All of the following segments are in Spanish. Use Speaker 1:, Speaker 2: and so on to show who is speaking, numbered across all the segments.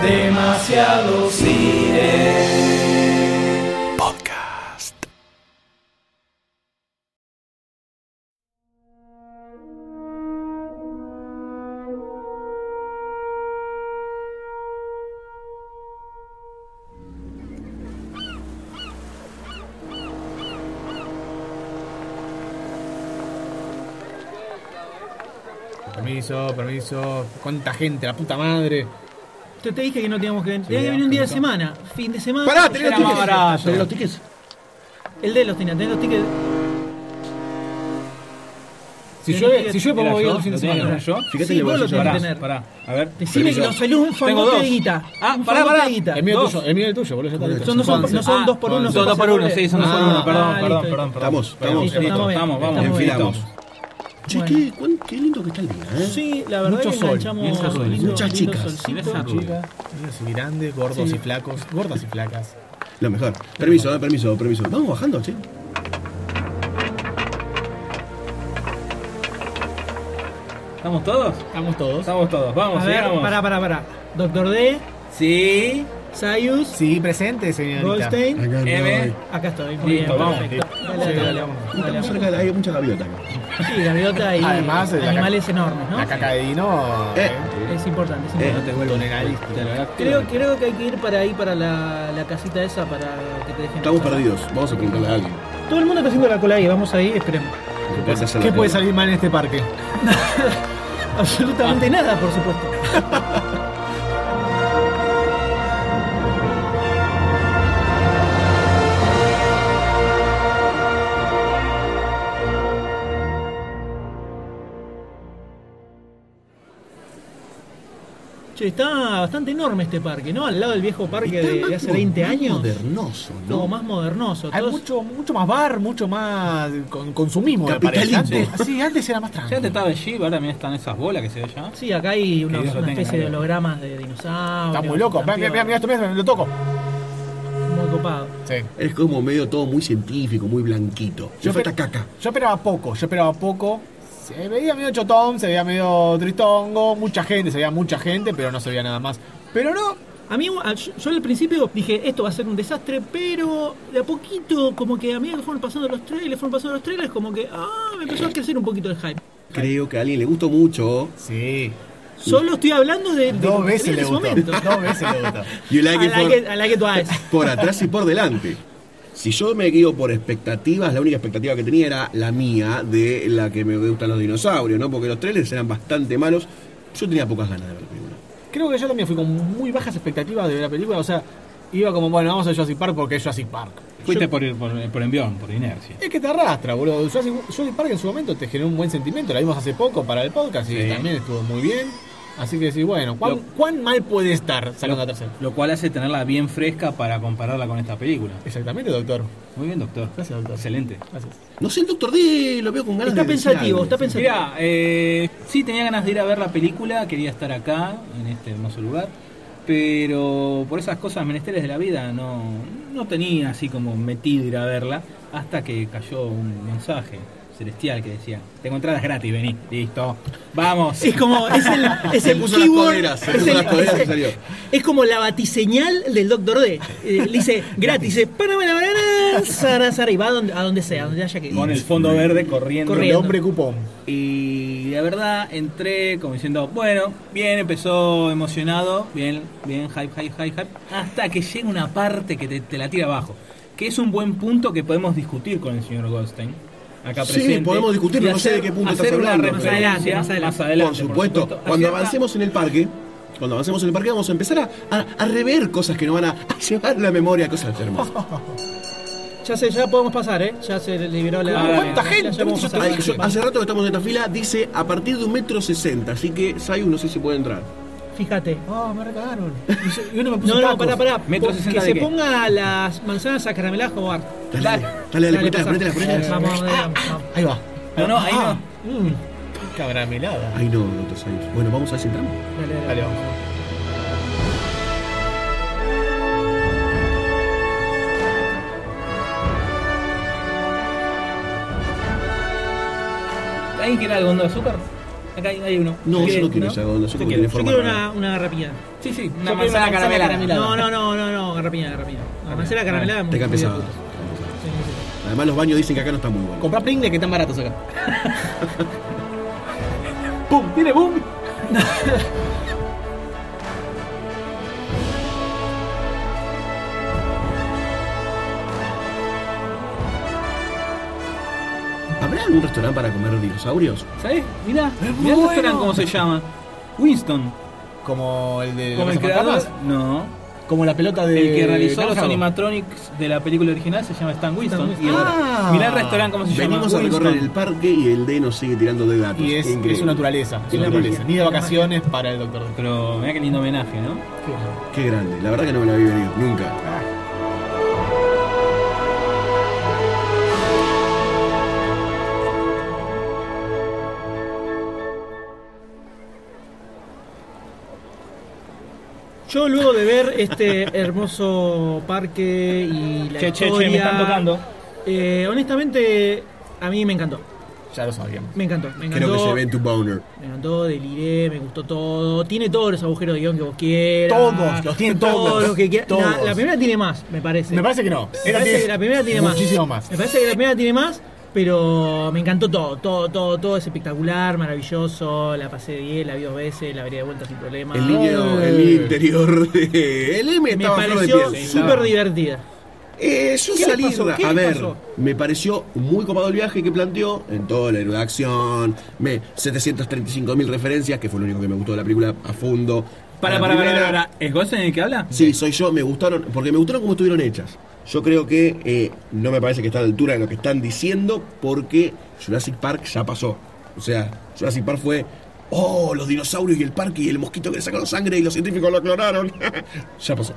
Speaker 1: Demasiado cine.
Speaker 2: Podcast.
Speaker 3: Permiso, permiso. ¿Cuánta gente? La puta madre.
Speaker 4: Te, te dije que no teníamos que venir.
Speaker 3: Sí,
Speaker 4: Tenía que venir un día de
Speaker 3: absoluto.
Speaker 4: semana. Fin de semana.
Speaker 3: Pará,
Speaker 4: te
Speaker 3: tenés los tickets. Tenés los
Speaker 4: tickets. El de los tenía, tenés los tickets.
Speaker 3: Si
Speaker 4: Sí,
Speaker 3: llueve,
Speaker 4: sí,
Speaker 3: si llueve podemos ir
Speaker 5: yo?
Speaker 3: un fin de
Speaker 5: ¿Lo tenía
Speaker 3: semana.
Speaker 5: que tener yo?
Speaker 4: Fíjate
Speaker 5: Fíjate
Speaker 4: sí,
Speaker 5: que
Speaker 4: vos
Speaker 5: vos
Speaker 4: lo
Speaker 5: yo-
Speaker 4: tenés que
Speaker 5: Pará,
Speaker 4: tener.
Speaker 5: pará. A ver.
Speaker 4: Decime que
Speaker 5: Permiso.
Speaker 4: nos salió un fangote
Speaker 5: dos.
Speaker 4: de guita.
Speaker 5: Ah,
Speaker 4: Un
Speaker 5: pará,
Speaker 4: fangote
Speaker 5: pará.
Speaker 4: de guita.
Speaker 3: El mío es
Speaker 5: Dos.
Speaker 3: tuyo, el mío es tuyo, boludo. ya está listo.
Speaker 4: Son dos,
Speaker 3: Once.
Speaker 4: no son
Speaker 5: Ah,
Speaker 4: dos por uno,
Speaker 5: Son dos por uno, sí, son dos por
Speaker 3: Ah,
Speaker 5: uno. Perdón,
Speaker 4: ah,
Speaker 5: perdón,
Speaker 4: listo.
Speaker 5: perdón. perdón.
Speaker 2: Estamos, estamos,
Speaker 5: Listo,
Speaker 2: estamos
Speaker 5: estamos, estamos,
Speaker 4: bien, estamos
Speaker 5: vamos.
Speaker 4: bien.
Speaker 5: Enfilamos.
Speaker 2: Che,
Speaker 4: Bueno.
Speaker 2: qué, cuán- qué lindo que está el día, ¿eh?
Speaker 4: Sí, la verdad
Speaker 3: Mucho
Speaker 4: que
Speaker 3: sol,
Speaker 4: enganchamos
Speaker 3: bien esa rubia.
Speaker 4: lindo-
Speaker 2: Muchas
Speaker 4: lindo
Speaker 2: chicas.
Speaker 4: solcito.
Speaker 5: Bien esa rubia.
Speaker 3: Chicas, niños y grandes, gordos
Speaker 4: Sí.
Speaker 3: y flacos, gordas y flacas.
Speaker 2: Lo mejor. Permiso, eh, permiso, permiso. Vamos bajando, che.
Speaker 5: ¿Estamos todos?
Speaker 3: Estamos todos.
Speaker 5: Estamos todos. Vamos,
Speaker 4: A ver,
Speaker 5: sigamos.
Speaker 4: pará, pará, pará. Doctor D,
Speaker 5: Sí.
Speaker 4: Sayus,
Speaker 3: Sí, presente, señorita.
Speaker 4: Goldstein.
Speaker 2: Acá
Speaker 5: M.
Speaker 4: Acá estoy. Muy
Speaker 5: Listo,
Speaker 4: bien,
Speaker 5: vamos.
Speaker 4: perfecto. Dale,
Speaker 3: Sí,
Speaker 4: dale,
Speaker 3: dale,
Speaker 4: vamos.
Speaker 3: vamos.
Speaker 4: Dale,
Speaker 2: Estamos
Speaker 4: vamos.
Speaker 2: cerca de la- hay mucha gaviota acá.
Speaker 4: Sí, gaviota y
Speaker 3: Además, la ca-
Speaker 4: animales enormes, ¿no?
Speaker 3: La caca de Dino.
Speaker 2: Eh.
Speaker 4: Es importante, es importante.
Speaker 2: Eh.
Speaker 5: No te vuelvo Te lo hagas.
Speaker 4: Creo, creo que hay que ir para ahí, para la, la casita esa, para que te dejen.
Speaker 2: Estamos
Speaker 4: pasar.
Speaker 2: perdidos. Vamos a preguntarle a alguien.
Speaker 4: Todo el mundo está haciendo la cola ahí, vamos ahí, esperemos.
Speaker 2: Que pase allá
Speaker 3: ¿Qué
Speaker 2: la
Speaker 3: puede
Speaker 2: cola.
Speaker 3: salir mal en este parque?
Speaker 4: Absolutamente nada, por supuesto. Che, está bastante enorme este parque, ¿no? Al lado del viejo parque
Speaker 2: Está
Speaker 4: de,
Speaker 2: más
Speaker 4: de hace 20 años.
Speaker 2: Modernoso,
Speaker 4: Como
Speaker 2: ¿no?
Speaker 4: más modernoso.
Speaker 3: Hay
Speaker 4: todos-
Speaker 3: mucho, mucho más bar, mucho más con- consumismo, me parece.
Speaker 2: Capitalismo.
Speaker 3: Antes, sí, antes era más
Speaker 5: Ya antes
Speaker 3: tranquilo.
Speaker 5: estaba allí, ahora mira están esas bolas que se ve allá.
Speaker 4: Sí, acá hay una,
Speaker 5: Que Dios lo
Speaker 4: una
Speaker 5: tenga,
Speaker 4: especie de
Speaker 5: ¿no?
Speaker 4: hologramas de dinosaurios.
Speaker 3: Está muy loco. Mirá,
Speaker 4: campeones.
Speaker 3: mirá, mirá, esto, mirá, lo toco.
Speaker 4: Muy copado.
Speaker 3: Sí.
Speaker 2: Es como medio todo muy científico, muy blanquito. Yo
Speaker 3: Yo
Speaker 2: falta
Speaker 3: pe-
Speaker 2: caca.
Speaker 3: Yo esperaba poco, yo esperaba poco. Se veía medio chotón, se veía medio tritongo, mucha gente, se veía mucha gente, pero no se veía nada más. Pero no,
Speaker 4: A mí, a- yo, yo al principio dije, esto va a ser un desastre, pero de a poquito, como que a medida que fueron pasando los trailers, fueron pasando los trailers, como que, ah, me empezó a crecer un poquito el hype.
Speaker 2: Creo que a alguien le gustó mucho.
Speaker 3: sí,
Speaker 4: Solo estoy hablando de, de lo
Speaker 3: dos
Speaker 4: que
Speaker 3: veces
Speaker 4: tenía
Speaker 3: le
Speaker 4: en
Speaker 3: gustó.
Speaker 4: ese momento.
Speaker 3: Dos veces le gustó.
Speaker 2: You
Speaker 4: I
Speaker 2: like it for-
Speaker 4: like it- I like it twice.
Speaker 2: por atrás y por delante. Si yo me guío por expectativas, la única expectativa que tenía era la mía de la que me gustan los dinosaurios, ¿no? Porque los trailers eran bastante malos. Yo tenía pocas ganas de ver la película.
Speaker 3: Creo que yo también fui con muy bajas expectativas de la película, o sea, iba como, bueno, vamos a Jurassic Park porque es Jurassic Park.
Speaker 5: Fuiste por, por, por envión, por inercia.
Speaker 3: Es que te arrastra, boludo. Jurassic, Jurassic Park en su momento te generó un buen sentimiento, la vimos hace poco para el podcast y
Speaker 5: Sí.
Speaker 3: también estuvo muy bien. Así que sí, bueno, ¿cuán,
Speaker 5: Lo-
Speaker 3: cuán mal puede estar sacando
Speaker 5: Lo,
Speaker 3: la tercera?
Speaker 5: lo cual hace tenerla bien fresca para compararla con esta película.
Speaker 3: Exactamente, doctor.
Speaker 5: Muy bien, doctor.
Speaker 3: Gracias, doctor.
Speaker 5: Excelente.
Speaker 3: Gracias.
Speaker 2: No sé, el Doctor D lo veo con ganas
Speaker 4: Está
Speaker 2: de decir
Speaker 4: pensativo,
Speaker 2: algo.
Speaker 4: está pensativo.
Speaker 5: Mirá, eh, sí tenía ganas de ir a ver la película, quería estar acá, en este hermoso lugar, pero por esas cosas menesteres de la vida no, no tenía así como metido ir a verla, hasta que cayó un mensaje celestial que decía, tengo entradas gratis, vení, listo, vamos.
Speaker 4: Es como, es el, es
Speaker 2: Se
Speaker 4: el
Speaker 2: puso las
Speaker 4: keyword,
Speaker 2: coderas, se
Speaker 4: es
Speaker 2: puso
Speaker 4: el-
Speaker 2: las coderas y salió.
Speaker 4: Es como la batiseñal del Doctor D. Eh, Le dice gratis, dice, para, para, para, sara, sara, y va a donde, a donde sea, donde haya que ir.
Speaker 5: Con el fondo verde corriendo.
Speaker 3: El
Speaker 4: Corriendo.
Speaker 3: hombre cupón.
Speaker 5: Y la verdad, entré como diciendo, bueno, bien, empezó emocionado, bien, bien, hype, hype, hype, hype, hasta que llega una parte que te, te la tira abajo. Que es un buen punto que podemos discutir con el señor Goldstein. Acá
Speaker 2: Sí,
Speaker 5: presente.
Speaker 2: podemos discutirlo,
Speaker 5: Y
Speaker 2: no sé de
Speaker 5: hacer-
Speaker 2: qué punto
Speaker 5: hacer
Speaker 2: estás
Speaker 5: una
Speaker 2: hablando, pero-
Speaker 5: referencia
Speaker 4: Más adelante, más
Speaker 2: Por supuesto, cuando
Speaker 5: Acierta-
Speaker 2: avancemos en el parque, cuando avancemos en el parque vamos a empezar a, a- a rever cosas que nos van a, a llevar la memoria a cosas hermosas.
Speaker 4: Ya sé, ya podemos pasar, ¿eh? Ya se liberó la.
Speaker 5: Ah, ¿cuánta
Speaker 4: ya-
Speaker 3: gente?
Speaker 4: ya podemos
Speaker 3: Yo
Speaker 4: pasar.
Speaker 2: Ay, yo- hace rato que estamos en esta fila, dice a partir de un metro sesenta, así que Sayu no sé si puede entrar.
Speaker 4: Fíjate. Ah,
Speaker 3: Oh, me recagaron. Y yo- Y uno me puso
Speaker 4: No, no,
Speaker 3: tacos.
Speaker 4: pará, pará.
Speaker 5: Metro
Speaker 4: Po- que
Speaker 5: sesenta de
Speaker 4: se
Speaker 5: qué?
Speaker 4: ponga las manzanas acarameladas como bar.
Speaker 2: Dale, dale, dale, dale, ponete,
Speaker 4: pasa.
Speaker 2: ponete, ponete.
Speaker 4: Vamos, vamos, vamos.
Speaker 3: Ahí va.
Speaker 5: No, no, ahí
Speaker 3: Ah,
Speaker 5: no.
Speaker 3: mm, Cabramelada.
Speaker 2: Ay no, doctor Sayu. Bueno, vamos a ver si entramos.
Speaker 4: Dale, dale.
Speaker 3: Dale, vamos.
Speaker 5: ¿Alguien quiere algodón de azúcar? Acá hay, hay uno.
Speaker 2: No,
Speaker 5: ¿Quieres,
Speaker 2: yo no quiero
Speaker 5: no?
Speaker 2: esa gondola, yo
Speaker 4: Yo
Speaker 2: porque
Speaker 4: quiero,
Speaker 2: tiene
Speaker 4: yo
Speaker 2: forma
Speaker 4: quiero
Speaker 2: rara.
Speaker 4: una, una rapiñada.
Speaker 5: Sí, sí,
Speaker 4: Yo
Speaker 5: una
Speaker 4: quiero una
Speaker 5: manzana caramelada.
Speaker 4: caramelada. No, no, no, no, no, rapiñada, rapiñada. La manzana
Speaker 5: Ah,
Speaker 4: caramelada.
Speaker 2: Te
Speaker 4: muy- muy
Speaker 2: pesada.
Speaker 4: de puta. Sí, sí, sí.
Speaker 2: Además los baños dicen que acá no está muy bueno.
Speaker 1: Comprá Pringles que están baratos acá.
Speaker 5: ¡Pum! ¡Tiene boom!
Speaker 2: ¿Habrá algún restaurante para comer dinosaurios?
Speaker 5: ¿Sabes? Mirá, mirá el
Speaker 3: bueno.
Speaker 5: restaurante cómo se llama. Winston.
Speaker 2: Eh,
Speaker 3: Como el de
Speaker 5: Como
Speaker 3: los
Speaker 5: el creador. No.
Speaker 3: Como la pelota de.
Speaker 5: El que realizó los
Speaker 3: Garfield.
Speaker 5: animatronics de la película original se llama Stan Winston.
Speaker 4: Stan
Speaker 5: Y ahora,
Speaker 3: Ah.
Speaker 5: mirá el restaurante cómo se
Speaker 2: Venimos
Speaker 5: llama.
Speaker 2: a recorrer
Speaker 5: Winston.
Speaker 2: el parque y el D nos sigue tirando de datos.
Speaker 3: Y es,
Speaker 2: Increíble.
Speaker 3: es su naturaleza.
Speaker 2: Es
Speaker 3: Su
Speaker 2: la
Speaker 3: naturaleza.
Speaker 2: magia.
Speaker 3: Ni de vacaciones para el doctor.
Speaker 5: Pero mirá qué lindo homenaje, ¿no?
Speaker 2: Qué grande, la verdad que no me la había venido, nunca.
Speaker 4: Yo luego de ver este hermoso parque y la
Speaker 5: Che, che,
Speaker 4: historia,
Speaker 5: che, me están tocando.
Speaker 4: eh, honestamente, a mí me encantó.
Speaker 3: Ya lo sabíamos.
Speaker 4: Me encantó, me encantó.
Speaker 2: Creo que se ve en tu boner.
Speaker 4: Me encantó, deliré, me gustó todo. Tiene todos los agujeros de guión que vos quieras.
Speaker 3: Todos, los tiene todos,
Speaker 4: los que quieras.
Speaker 3: todos.
Speaker 4: La, la primera tiene más, me parece.
Speaker 3: Me parece que no.
Speaker 4: Me
Speaker 3: Era
Speaker 4: parece
Speaker 3: diez.
Speaker 4: que la primera tiene más.
Speaker 3: Muchísimo más.
Speaker 4: Me parece que la primera tiene más, pero me encantó todo. Todo, todo, todo es espectacular, maravilloso. La pasé de 10, la vi dos veces, la veré de vuelta sin problema.
Speaker 2: El niño, el niño interior de. El M
Speaker 4: me
Speaker 2: estaba flor de
Speaker 4: pareció
Speaker 2: piel.
Speaker 4: súper divertida.
Speaker 2: Eh, yo
Speaker 4: ¿Qué le
Speaker 2: salí.
Speaker 4: pasó? ¿Qué
Speaker 2: A
Speaker 4: le
Speaker 2: ver,
Speaker 4: pasó?
Speaker 2: me pareció muy copado el viaje que planteó en toda la de acción. Me, 735.000 referencias, que fue lo único que me gustó de la película a fondo.
Speaker 5: Para,
Speaker 2: La
Speaker 5: para, para,
Speaker 2: primera-
Speaker 5: para, para. ¿Es Gosen el que habla?
Speaker 2: Sí, soy yo, me gustaron, porque me gustaron como estuvieron hechas. Yo creo que eh, no me parece que está a la altura de lo que están diciendo, porque Jurassic Park ya pasó. O sea, Jurassic Park fue, oh, los dinosaurios y el parque y el mosquito que le sacaron sangre y los científicos lo clonaron. ya pasó.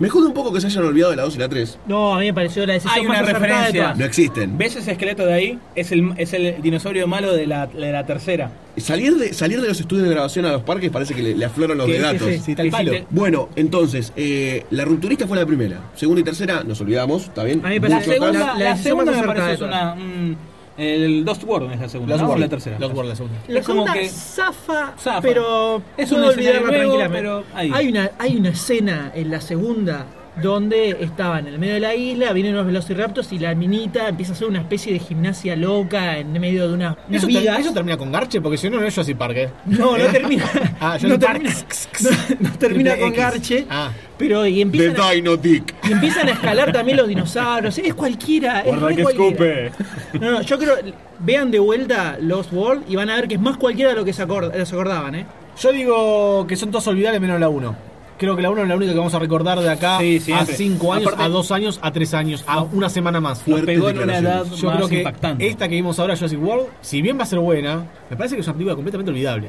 Speaker 2: Me jode un poco que se hayan olvidado de la 2 y la 3.
Speaker 4: No, a mí me pareció la decisión
Speaker 5: Hay una
Speaker 4: más acertada de
Speaker 5: referencia.
Speaker 4: todas.
Speaker 2: No existen.
Speaker 5: ¿Ves ese esqueleto de ahí? Es el, es el dinosaurio malo de la, de la tercera.
Speaker 2: Salir de, salir de los estudios de grabación a los parques parece que le, le afloran los
Speaker 5: Que-
Speaker 2: de
Speaker 5: que
Speaker 2: datos.
Speaker 5: se-
Speaker 3: Sí, tal
Speaker 5: que
Speaker 3: palo.
Speaker 5: se te-
Speaker 2: Bueno, entonces, eh, la rupturista fue la primera. Segunda y tercera, nos olvidamos, ¿está bien?
Speaker 4: A mí me
Speaker 5: La
Speaker 4: Mucho
Speaker 5: segunda,
Speaker 4: tal.
Speaker 5: la, segunda
Speaker 4: La decisión
Speaker 5: me
Speaker 4: más
Speaker 5: parece es
Speaker 4: acertada
Speaker 5: una. un- el Lost World es la segunda.
Speaker 3: Los
Speaker 5: ¿no?
Speaker 3: Word.
Speaker 5: la tercera.
Speaker 3: Los Word, la segunda.
Speaker 4: La
Speaker 5: Es como
Speaker 4: segunda
Speaker 5: que-
Speaker 4: zafa,
Speaker 5: Zafa.
Speaker 4: pero
Speaker 5: Es
Speaker 4: puedo
Speaker 5: un escenario
Speaker 4: olvidarla
Speaker 5: nuevo,
Speaker 4: tranquilamente.
Speaker 5: pero ahí.
Speaker 4: Hay una hay una escena en la segunda donde estaba en el medio de la isla, vienen unos velociraptors y la minita empieza a hacer una especie de gimnasia loca en medio de una, unas
Speaker 3: Eso, ter-
Speaker 4: vigas.
Speaker 3: eso termina con Garche, porque si no, no es Jurassic Park. ¿eh?
Speaker 4: No, no termina.
Speaker 3: Ah, yo
Speaker 4: no
Speaker 3: le-
Speaker 4: termina, no- no termina
Speaker 3: Triple
Speaker 4: con
Speaker 3: X.
Speaker 4: Garche.
Speaker 3: Ah.
Speaker 4: Pero y
Speaker 2: The
Speaker 4: empiezan, a,
Speaker 2: Dino Dick.
Speaker 4: y empiezan a escalar también los dinosaurios. Es cualquiera. Es re cualquiera. No, no, yo creo. Vean de vuelta Lost World y van a ver que es más cualquiera de lo que se, acord- se acordaban, ¿eh?
Speaker 3: Yo digo que son todos olvidables menos la 1. Creo que la 1 es la única que vamos a recordar de acá
Speaker 5: Sí, sí,
Speaker 3: a
Speaker 5: siempre.
Speaker 3: 5 años,
Speaker 5: Aparte-
Speaker 3: a 2 años, a 3 años, a una semana más.
Speaker 5: Nos pegó en una edad
Speaker 2: declaraciones.
Speaker 3: Yo
Speaker 5: más
Speaker 3: creo que
Speaker 5: impactante.
Speaker 3: esta que vimos ahora, Jurassic World, si bien va a ser buena, me parece que es una película completamente olvidable.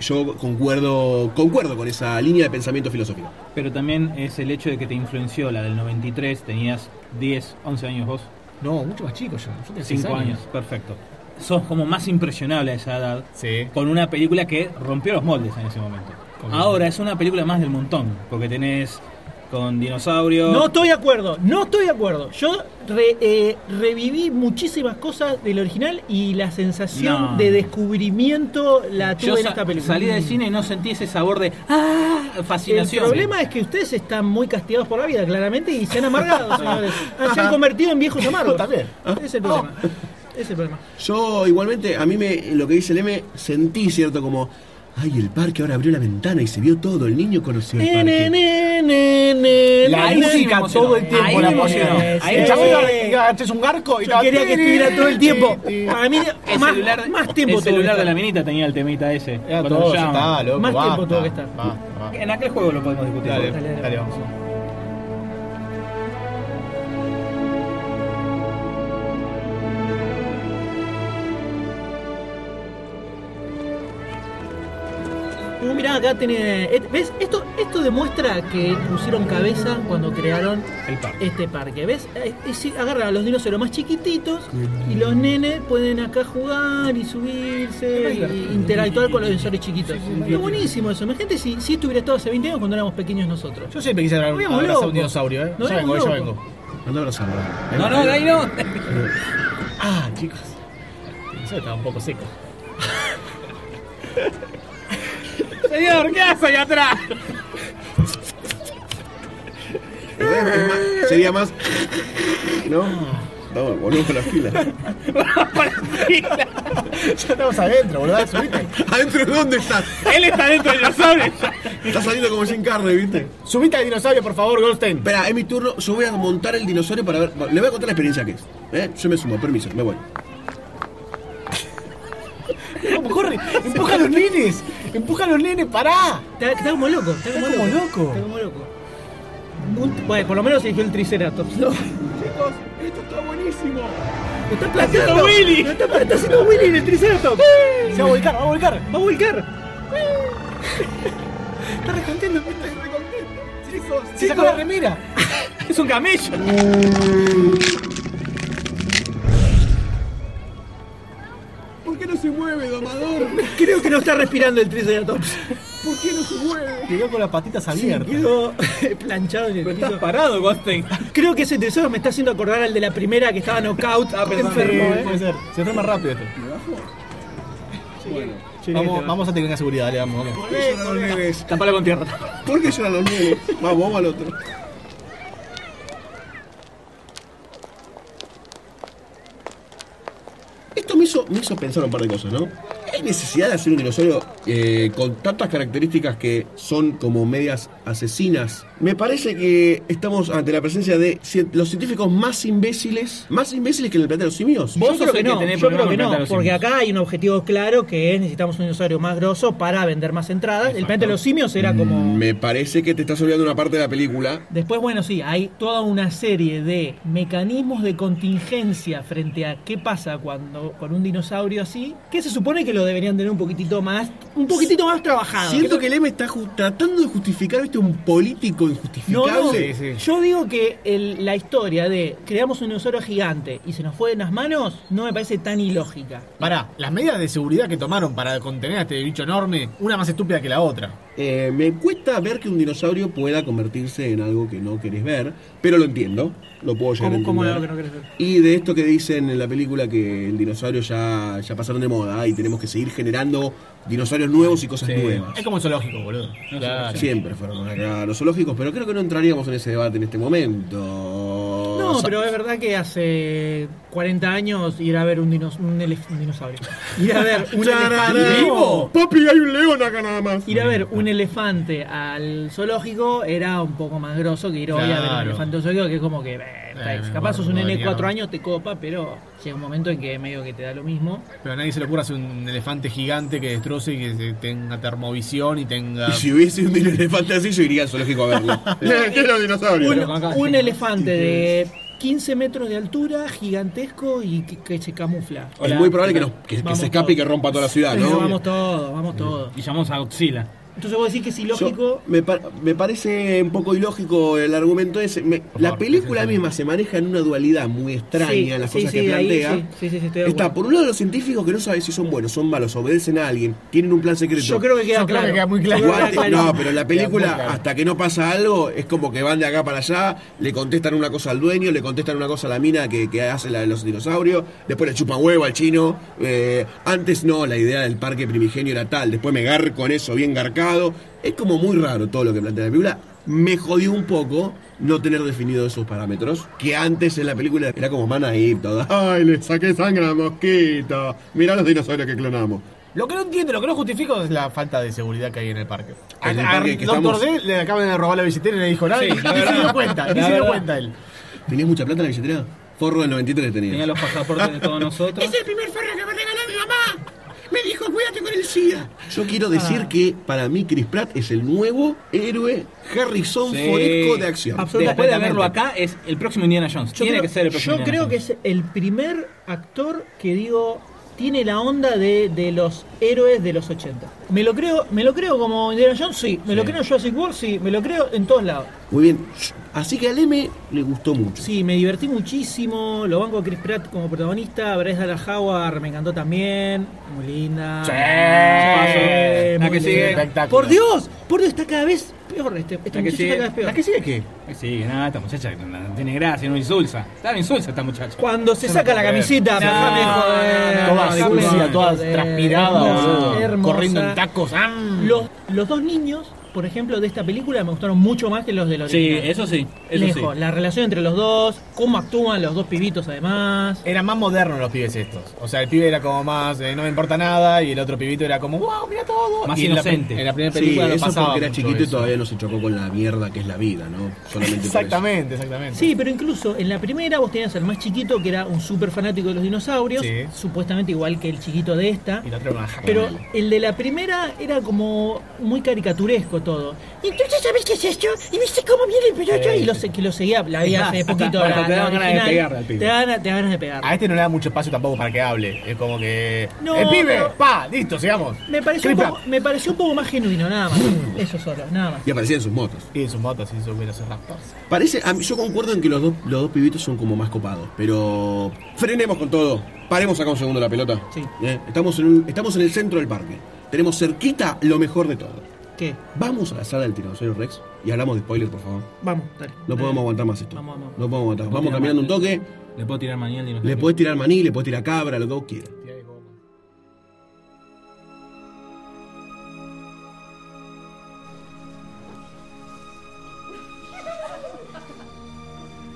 Speaker 2: Yo concuerdo, concuerdo con esa línea de pensamiento filosófico.
Speaker 5: Pero también es el hecho de que te influenció la del 93. Tenías 10, 11 años vos.
Speaker 3: No, mucho más chico yo. Yo tenía seis
Speaker 5: 5 años. Perfecto. Sos como más impresionable a esa edad.
Speaker 3: Sí.
Speaker 5: Con una película que rompió los moldes en ese momento. Ahora es una película más del montón. Porque tenés con dinosaurios.
Speaker 4: No estoy de acuerdo, no estoy de acuerdo. Yo re- eh, reviví muchísimas cosas del original y la sensación
Speaker 5: No.
Speaker 4: de descubrimiento la tuve
Speaker 5: Yo
Speaker 4: en
Speaker 5: sa-
Speaker 4: esta película.
Speaker 5: salí del cine y no sentí ese sabor de ¡ah!
Speaker 4: El
Speaker 5: fascinación.
Speaker 4: problema es que ustedes están muy castigados por la vida, claramente, y se han amargado, señores. Ah, Se han convertido en viejos amargos.
Speaker 3: también.
Speaker 4: Ese es el problema. Ese es el problema.
Speaker 2: Yo igualmente, a mí me, lo que dice el M, sentí, ¿cierto? Como, ay, el parque ahora abrió la ventana y se vio todo, el niño conoció el
Speaker 4: Ne,
Speaker 2: parque.
Speaker 4: ne, ne, ne,
Speaker 3: La
Speaker 4: ne,
Speaker 5: Ahí sí me
Speaker 3: música
Speaker 5: emocionó.
Speaker 3: todo el tiempo
Speaker 5: Ahí
Speaker 3: la
Speaker 5: me emocionó.
Speaker 3: ponían.
Speaker 5: Ahí
Speaker 3: El
Speaker 5: me
Speaker 3: chabón
Speaker 4: emocionó.
Speaker 3: era- era- es un garco y
Speaker 4: Yo quería que estuviera todo el tiempo. Para mí,
Speaker 5: El
Speaker 4: más,
Speaker 5: celular,
Speaker 4: más tiempo
Speaker 5: el celular
Speaker 4: tuvo que
Speaker 5: de la
Speaker 4: estar.
Speaker 5: minita tenía el temita ese.
Speaker 3: Era
Speaker 5: cuando
Speaker 3: todo, ya
Speaker 5: llaman.
Speaker 3: está, loco.
Speaker 4: Más tiempo
Speaker 3: basta,
Speaker 4: tuvo que estar.
Speaker 3: basta, basta.
Speaker 5: En aquel juego lo podemos discutir.
Speaker 3: Dale,
Speaker 4: dale,
Speaker 3: dale,
Speaker 4: dale,
Speaker 3: vamos.
Speaker 4: Uh, mirá, acá tiene. et- ¿Ves? Esto, esto demuestra que pusieron cabeza cuando crearon
Speaker 5: El parque.
Speaker 4: este parque. ¿Ves? Eh, eh, sí, agarran a los dinosaurios más chiquititos y los nenes pueden acá jugar y subirse e interactuar con los dinosaurios chiquitos. Qué buenísimo eso. Imagínate si, si esto hubiera estado hace 20 años cuando éramos pequeños nosotros.
Speaker 3: Yo siempre quise abra-
Speaker 4: Nos vemos
Speaker 3: abrazar a
Speaker 4: locos.
Speaker 3: un dinosaurio, ¿eh?
Speaker 4: Nos
Speaker 3: ya
Speaker 4: vemos
Speaker 3: vengo, ya
Speaker 4: locos.
Speaker 3: vengo.
Speaker 2: Anda a abrazarlo. Ahí
Speaker 5: No,
Speaker 2: va,
Speaker 5: no, de
Speaker 2: ahí
Speaker 5: ahí
Speaker 2: va.
Speaker 5: no.
Speaker 3: Ah, chicos. El dinosaurio estaba un poco seco.
Speaker 5: Señor, ¿qué hace ahí atrás?
Speaker 2: Es más- sería más. ¿No? Vamos, volvemos con la fila.
Speaker 3: Ya estamos adentro, boludo. Subite.
Speaker 2: ¿Adentro de dónde estás?
Speaker 5: Él está dentro de los sables.
Speaker 2: Estás saliendo como sin carne, ¿viste?
Speaker 3: Subite al dinosaurio, por favor, Goldstein.
Speaker 2: Espera, es mi turno. Yo voy a montar el dinosaurio para ver. Le voy a contar la experiencia que es. ¿eh? Yo me sumo, permiso, me voy.
Speaker 3: ¿Cómo corre? Empuja a los nenes. Empuja a los nenes, pará.
Speaker 4: Está, está como loco. Está como,
Speaker 3: Está como loco.
Speaker 4: Está como loco. Un- bueno, por lo menos eligió el Triceratops. No.
Speaker 5: Chicos, esto está buenísimo.
Speaker 4: Lo está plantando Willy. Lo está, está haciendo Willy en el Triceratops.
Speaker 3: Se va a volcar, va a volcar.
Speaker 4: Va a volcar.
Speaker 3: Está recontento.
Speaker 5: Chicos,
Speaker 3: Se sacó la remera.
Speaker 5: es un camello.
Speaker 2: ¿Por qué no se mueve, domador?
Speaker 4: Creo que no está respirando el Triceratops.
Speaker 2: ¿Por qué no se mueve?
Speaker 3: Quedó con las patitas abiertas.
Speaker 4: Quedó eh, planchado en el
Speaker 5: Estás
Speaker 4: piso.
Speaker 5: parado, Goldstein.
Speaker 4: Creo que ese tesoro me está haciendo acordar al de la primera que estaba knockout
Speaker 5: Ah, perdón.
Speaker 4: enfermo,
Speaker 3: Sí,
Speaker 4: ¿eh?
Speaker 3: puede ser. Se enferma rápido este. Vamos, vamos a tener una seguridad, dale, vamos, vamos.
Speaker 2: ¿Por qué lloran los nenes?
Speaker 5: Tapalo con tierra.
Speaker 2: ¿Por qué lloran los nenes? Vamos, vamos al otro. Esto me hizo, me hizo pensar un par de cosas, ¿no? ¿Hay necesidad de hacer un dinosaurio eh, con tantas características que son como medias asesinas? Me parece que estamos ante la presencia de cien- los científicos más imbéciles, más imbéciles que en el planeta de los simios.
Speaker 4: Vos
Speaker 5: creo que
Speaker 4: creo que
Speaker 5: hay que
Speaker 4: no,
Speaker 5: tener
Speaker 4: yo
Speaker 5: problemas
Speaker 4: creo que
Speaker 5: con
Speaker 4: no,
Speaker 5: plantar los
Speaker 4: porque
Speaker 5: simios.
Speaker 4: acá hay un objetivo claro que es necesitamos un dinosaurio más grosso para vender más entradas. El planeta de los simios era como...
Speaker 2: Me parece que te estás olvidando una parte de la película.
Speaker 4: Después, bueno, sí, hay toda una serie de mecanismos de contingencia frente a qué pasa cuando con un dinosaurio así, que se supone que lo deberían tener un poquitito más, un poquitito más trabajado.
Speaker 2: Siento que el M está ju- tratando de justificar, viste, un político
Speaker 4: No,
Speaker 2: injustificable.
Speaker 4: no.
Speaker 3: Sí, sí.
Speaker 4: Yo digo que el- la historia de creamos un dinosaurio gigante y se nos fue de las manos no me parece tan ilógica.
Speaker 3: Pará, las medidas de seguridad que tomaron para contener a este bicho enorme, una más estúpida que la otra.
Speaker 2: Eh, me cuesta ver que un dinosaurio pueda convertirse en algo que no querés ver, pero lo entiendo, lo puedo llegar a
Speaker 4: ¿Cómo, cómo
Speaker 2: entender.
Speaker 4: lo que no querés ver?
Speaker 2: Y de esto que dicen en la película que el dinosaurio ya, ya pasaron de moda y tenemos que seguir generando dinosaurios nuevos y cosas
Speaker 5: Sí.
Speaker 2: nuevas.
Speaker 3: Es como el zoológico, boludo. Claro.
Speaker 2: Siempre fueron una cagada los zoológicos, pero creo que no entraríamos en ese debate en este momento.
Speaker 4: No,
Speaker 2: Sa-
Speaker 4: pero es verdad que hace 40 años ir a ver un, dinos- un, elef- un dinosaurio. Ir a ver un
Speaker 2: ¡Tarará!
Speaker 4: elefante.
Speaker 2: ¡Papi, hay un león acá nada más!
Speaker 4: Ir a ver un elefante al zoológico era un poco más grosso que ir hoy a ver un
Speaker 3: Claro.
Speaker 4: elefante al zoológico, que es como que, eh, está ex.
Speaker 3: me
Speaker 4: capaz sos un
Speaker 3: barbaridad.
Speaker 4: nene de 4 años, te copa, pero llega un momento en que medio que te da lo mismo.
Speaker 3: Pero a nadie se le ocurre hacer un elefante gigante que destroce y que se- tenga termovisión y tenga.
Speaker 2: Y si hubiese un elefante así, yo iría al zoológico a verlo. quiero dinosaurios.
Speaker 4: Un,
Speaker 5: Pero con acá-
Speaker 4: un elefante de 15 metros de altura, gigantesco y que, que se camufla.
Speaker 2: es muy probable que, nos- que- que
Speaker 4: Vamos
Speaker 2: se escape y que
Speaker 4: todos.
Speaker 2: rompa toda la ciudad, ¿no?
Speaker 4: Eso, Vamos todos, vamos todos.
Speaker 5: Y llamamos a Godzilla.
Speaker 4: Entonces vos decís que es
Speaker 2: Yo-
Speaker 4: ilógico.
Speaker 2: me, par- me parece un poco ilógico el argumento ese. Me- la
Speaker 3: favor,
Speaker 2: película
Speaker 3: sí, sí, sí.
Speaker 2: misma se maneja en una dualidad muy extraña,
Speaker 4: Sí,
Speaker 2: en las
Speaker 4: sí,
Speaker 2: cosas
Speaker 4: sí,
Speaker 2: que
Speaker 4: ahí
Speaker 2: plantea.
Speaker 4: sí, sí, sí, sí, estoy de
Speaker 2: Está,
Speaker 4: acuerdo.
Speaker 2: por un lado, los científicos que no saben si son buenos, son malos, obedecen a alguien, tienen un plan secreto.
Speaker 4: Yo creo que queda
Speaker 3: Yo creo
Speaker 4: claro.
Speaker 3: que queda muy claro.
Speaker 4: Yo creo que
Speaker 2: Igual
Speaker 4: queda
Speaker 2: te-
Speaker 4: claro.
Speaker 2: no, pero en la película,
Speaker 3: Queda muy claro.
Speaker 2: hasta que no pasa algo, es como que van de acá para allá, le contestan una cosa al dueño, le contestan una cosa a la mina que, que hace la de los dinosaurios, después le chupan huevo al chino. eh, antes no, la idea del parque primigenio era tal, después me garco con eso bien garcado. Es como muy raro todo lo que plantea la película. Me jodió un poco no tener definido esos parámetros, que antes en la película era como man ahí, toda. ¡Ay, le saqué sangre a la mosquita! Mirá los dinosaurios que clonamos.
Speaker 3: Lo que no entiendo, lo que no justifico es la falta de seguridad que hay en el parque.
Speaker 2: En el
Speaker 3: A- a-
Speaker 2: parque que
Speaker 3: Doctor
Speaker 2: estamos-
Speaker 3: D le acaban de robar la billetera y le dijo nada.
Speaker 5: Sí,
Speaker 3: y
Speaker 5: la
Speaker 3: se
Speaker 5: verdad.
Speaker 3: dio cuenta,
Speaker 5: La
Speaker 3: ni se dio
Speaker 5: verdad.
Speaker 3: cuenta él.
Speaker 2: ¿Tenías mucha plata en la billetera? Forro del 93 tenía.
Speaker 5: Tenía los pasaportes de todos nosotros.
Speaker 2: el primer forro que me regaló mi mamá. Me dijo, cuídate con el SIDA. Yo quiero decir
Speaker 3: Ah.
Speaker 2: que para mí Chris Pratt es el nuevo héroe Harrison
Speaker 5: Sí.
Speaker 2: Fordesco de acción.
Speaker 3: Ah.
Speaker 4: Absolutamente.
Speaker 5: Después de verlo acá, es el próximo Indiana Jones.
Speaker 4: Yo
Speaker 5: Tiene
Speaker 4: creo-
Speaker 5: que ser el próximo.
Speaker 4: Yo
Speaker 5: Indiana
Speaker 4: creo que
Speaker 5: Jones.
Speaker 4: es el primer actor que digo tiene la onda de, de los héroes de los 80. Me lo creo, me lo creo como Indiana Jones, sí. Me lo
Speaker 5: Sí.
Speaker 4: creo en Jurassic World, sí. Me lo creo en todos lados.
Speaker 2: Muy bien. Así que al M le gustó mucho.
Speaker 4: Sí, me divertí muchísimo. Lo banco a Chris Pratt como protagonista. Bryce Dallas Howard me encantó también. Muy linda.
Speaker 3: Sí.
Speaker 5: La
Speaker 4: Paso. Muy
Speaker 5: que sigue.
Speaker 4: linda.
Speaker 3: Espectacular.
Speaker 4: Por Dios, por Dios, está cada vez peor. Este, esta
Speaker 5: La que
Speaker 4: muchacha
Speaker 5: sigue.
Speaker 4: cada vez peor.
Speaker 3: ¿La que sigue qué?
Speaker 5: Ay, Sí, que nada, esta muchacha no, no tiene gracia, no insulsa. Está no insulsa esta muchacha.
Speaker 4: Cuando se saca la camiseta,
Speaker 5: No,
Speaker 4: déjame joder.
Speaker 5: no, no,
Speaker 3: Todas
Speaker 5: Ah, Toda
Speaker 4: déjame
Speaker 5: sucia,
Speaker 3: sucias,
Speaker 4: joder.
Speaker 3: todas transpiradas,
Speaker 4: No,
Speaker 3: boludo,
Speaker 4: hermosa.
Speaker 3: corriendo en tacos. ¡am!
Speaker 4: Los, los dos niños, por ejemplo, de esta película me gustaron mucho más que los de la
Speaker 5: Sí,
Speaker 4: original.
Speaker 5: eso sí. Eso
Speaker 4: Lejos,
Speaker 5: sí.
Speaker 4: la relación entre los dos, cómo actúan los dos pibitos además.
Speaker 3: Eran más modernos los pibes estos. O sea, el pibe era como más, eh, no me importa nada, y el otro pibito era como, wow, mira todo.
Speaker 5: Más
Speaker 3: Y en la pe-
Speaker 5: inocente.
Speaker 3: En la, primera
Speaker 2: Sí,
Speaker 3: película no
Speaker 2: eso
Speaker 3: pasaba
Speaker 2: porque era
Speaker 3: mucho
Speaker 2: chiquito y
Speaker 3: eso.
Speaker 2: todavía pues. no se chocó con la mierda que es la vida, ¿no? Solamente por eso.
Speaker 3: Exactamente, exactamente.
Speaker 4: Sí, pero incluso en la primera vos tenías al más chiquito que era un súper fanático de los dinosaurios,
Speaker 3: Sí.
Speaker 4: supuestamente igual que el chiquito de esta.
Speaker 3: Y la otra era una jaca.
Speaker 4: Pero el de la primera era como muy caricaturesco todo. Y entonces sabes qué es esto y viste cómo viene el pelocho y lo, se- que lo seguía, la
Speaker 5: Es
Speaker 4: había
Speaker 5: más,
Speaker 4: hace
Speaker 5: hasta-
Speaker 4: poquito.
Speaker 5: hasta
Speaker 4: la-
Speaker 5: te
Speaker 4: la
Speaker 5: dan ganas de
Speaker 4: original.
Speaker 5: pegarle al pibe.
Speaker 4: Te dan, te dan ganas de
Speaker 3: A
Speaker 4: pegar.
Speaker 3: este no le da mucho espacio tampoco para que hable. Es como que.
Speaker 4: No,
Speaker 3: ¡El pibe!
Speaker 4: pero-
Speaker 3: ¡Pa! ¡Listo! Sigamos.
Speaker 4: Me pareció, un
Speaker 3: Creep
Speaker 4: poco,
Speaker 3: up.
Speaker 4: me pareció un poco más genuino, nada más.
Speaker 5: Mm.
Speaker 4: Eso solo, nada más.
Speaker 2: Y aparecían sus motos.
Speaker 3: Y en sus motos, y en sus velociraptors.
Speaker 2: Parece, a mí- yo concuerdo en que los dos, los dos pibitos son como más copados, pero frenemos con todo. Paremos acá un segundo la pelota.
Speaker 4: Sí.
Speaker 2: Eh, Estamos, en un- estamos en el centro del parque. Tenemos cerquita lo mejor de todo.
Speaker 4: ¿Qué?
Speaker 2: Vamos a la sala del Tiranosaurio Rex y hablamos de spoilers, por favor.
Speaker 4: Vamos, dale.
Speaker 2: No podemos aguantar más esto.
Speaker 4: Eh, Vamos, vamos.
Speaker 2: No podemos aguantar.
Speaker 5: Le puedo
Speaker 2: Vamos
Speaker 5: tirar
Speaker 2: caminando un
Speaker 5: maní-
Speaker 2: toque.
Speaker 5: Le puedo tirar mañana y no
Speaker 2: Le podés tirar maní, le podés tirar cabra, lo que vos quieras.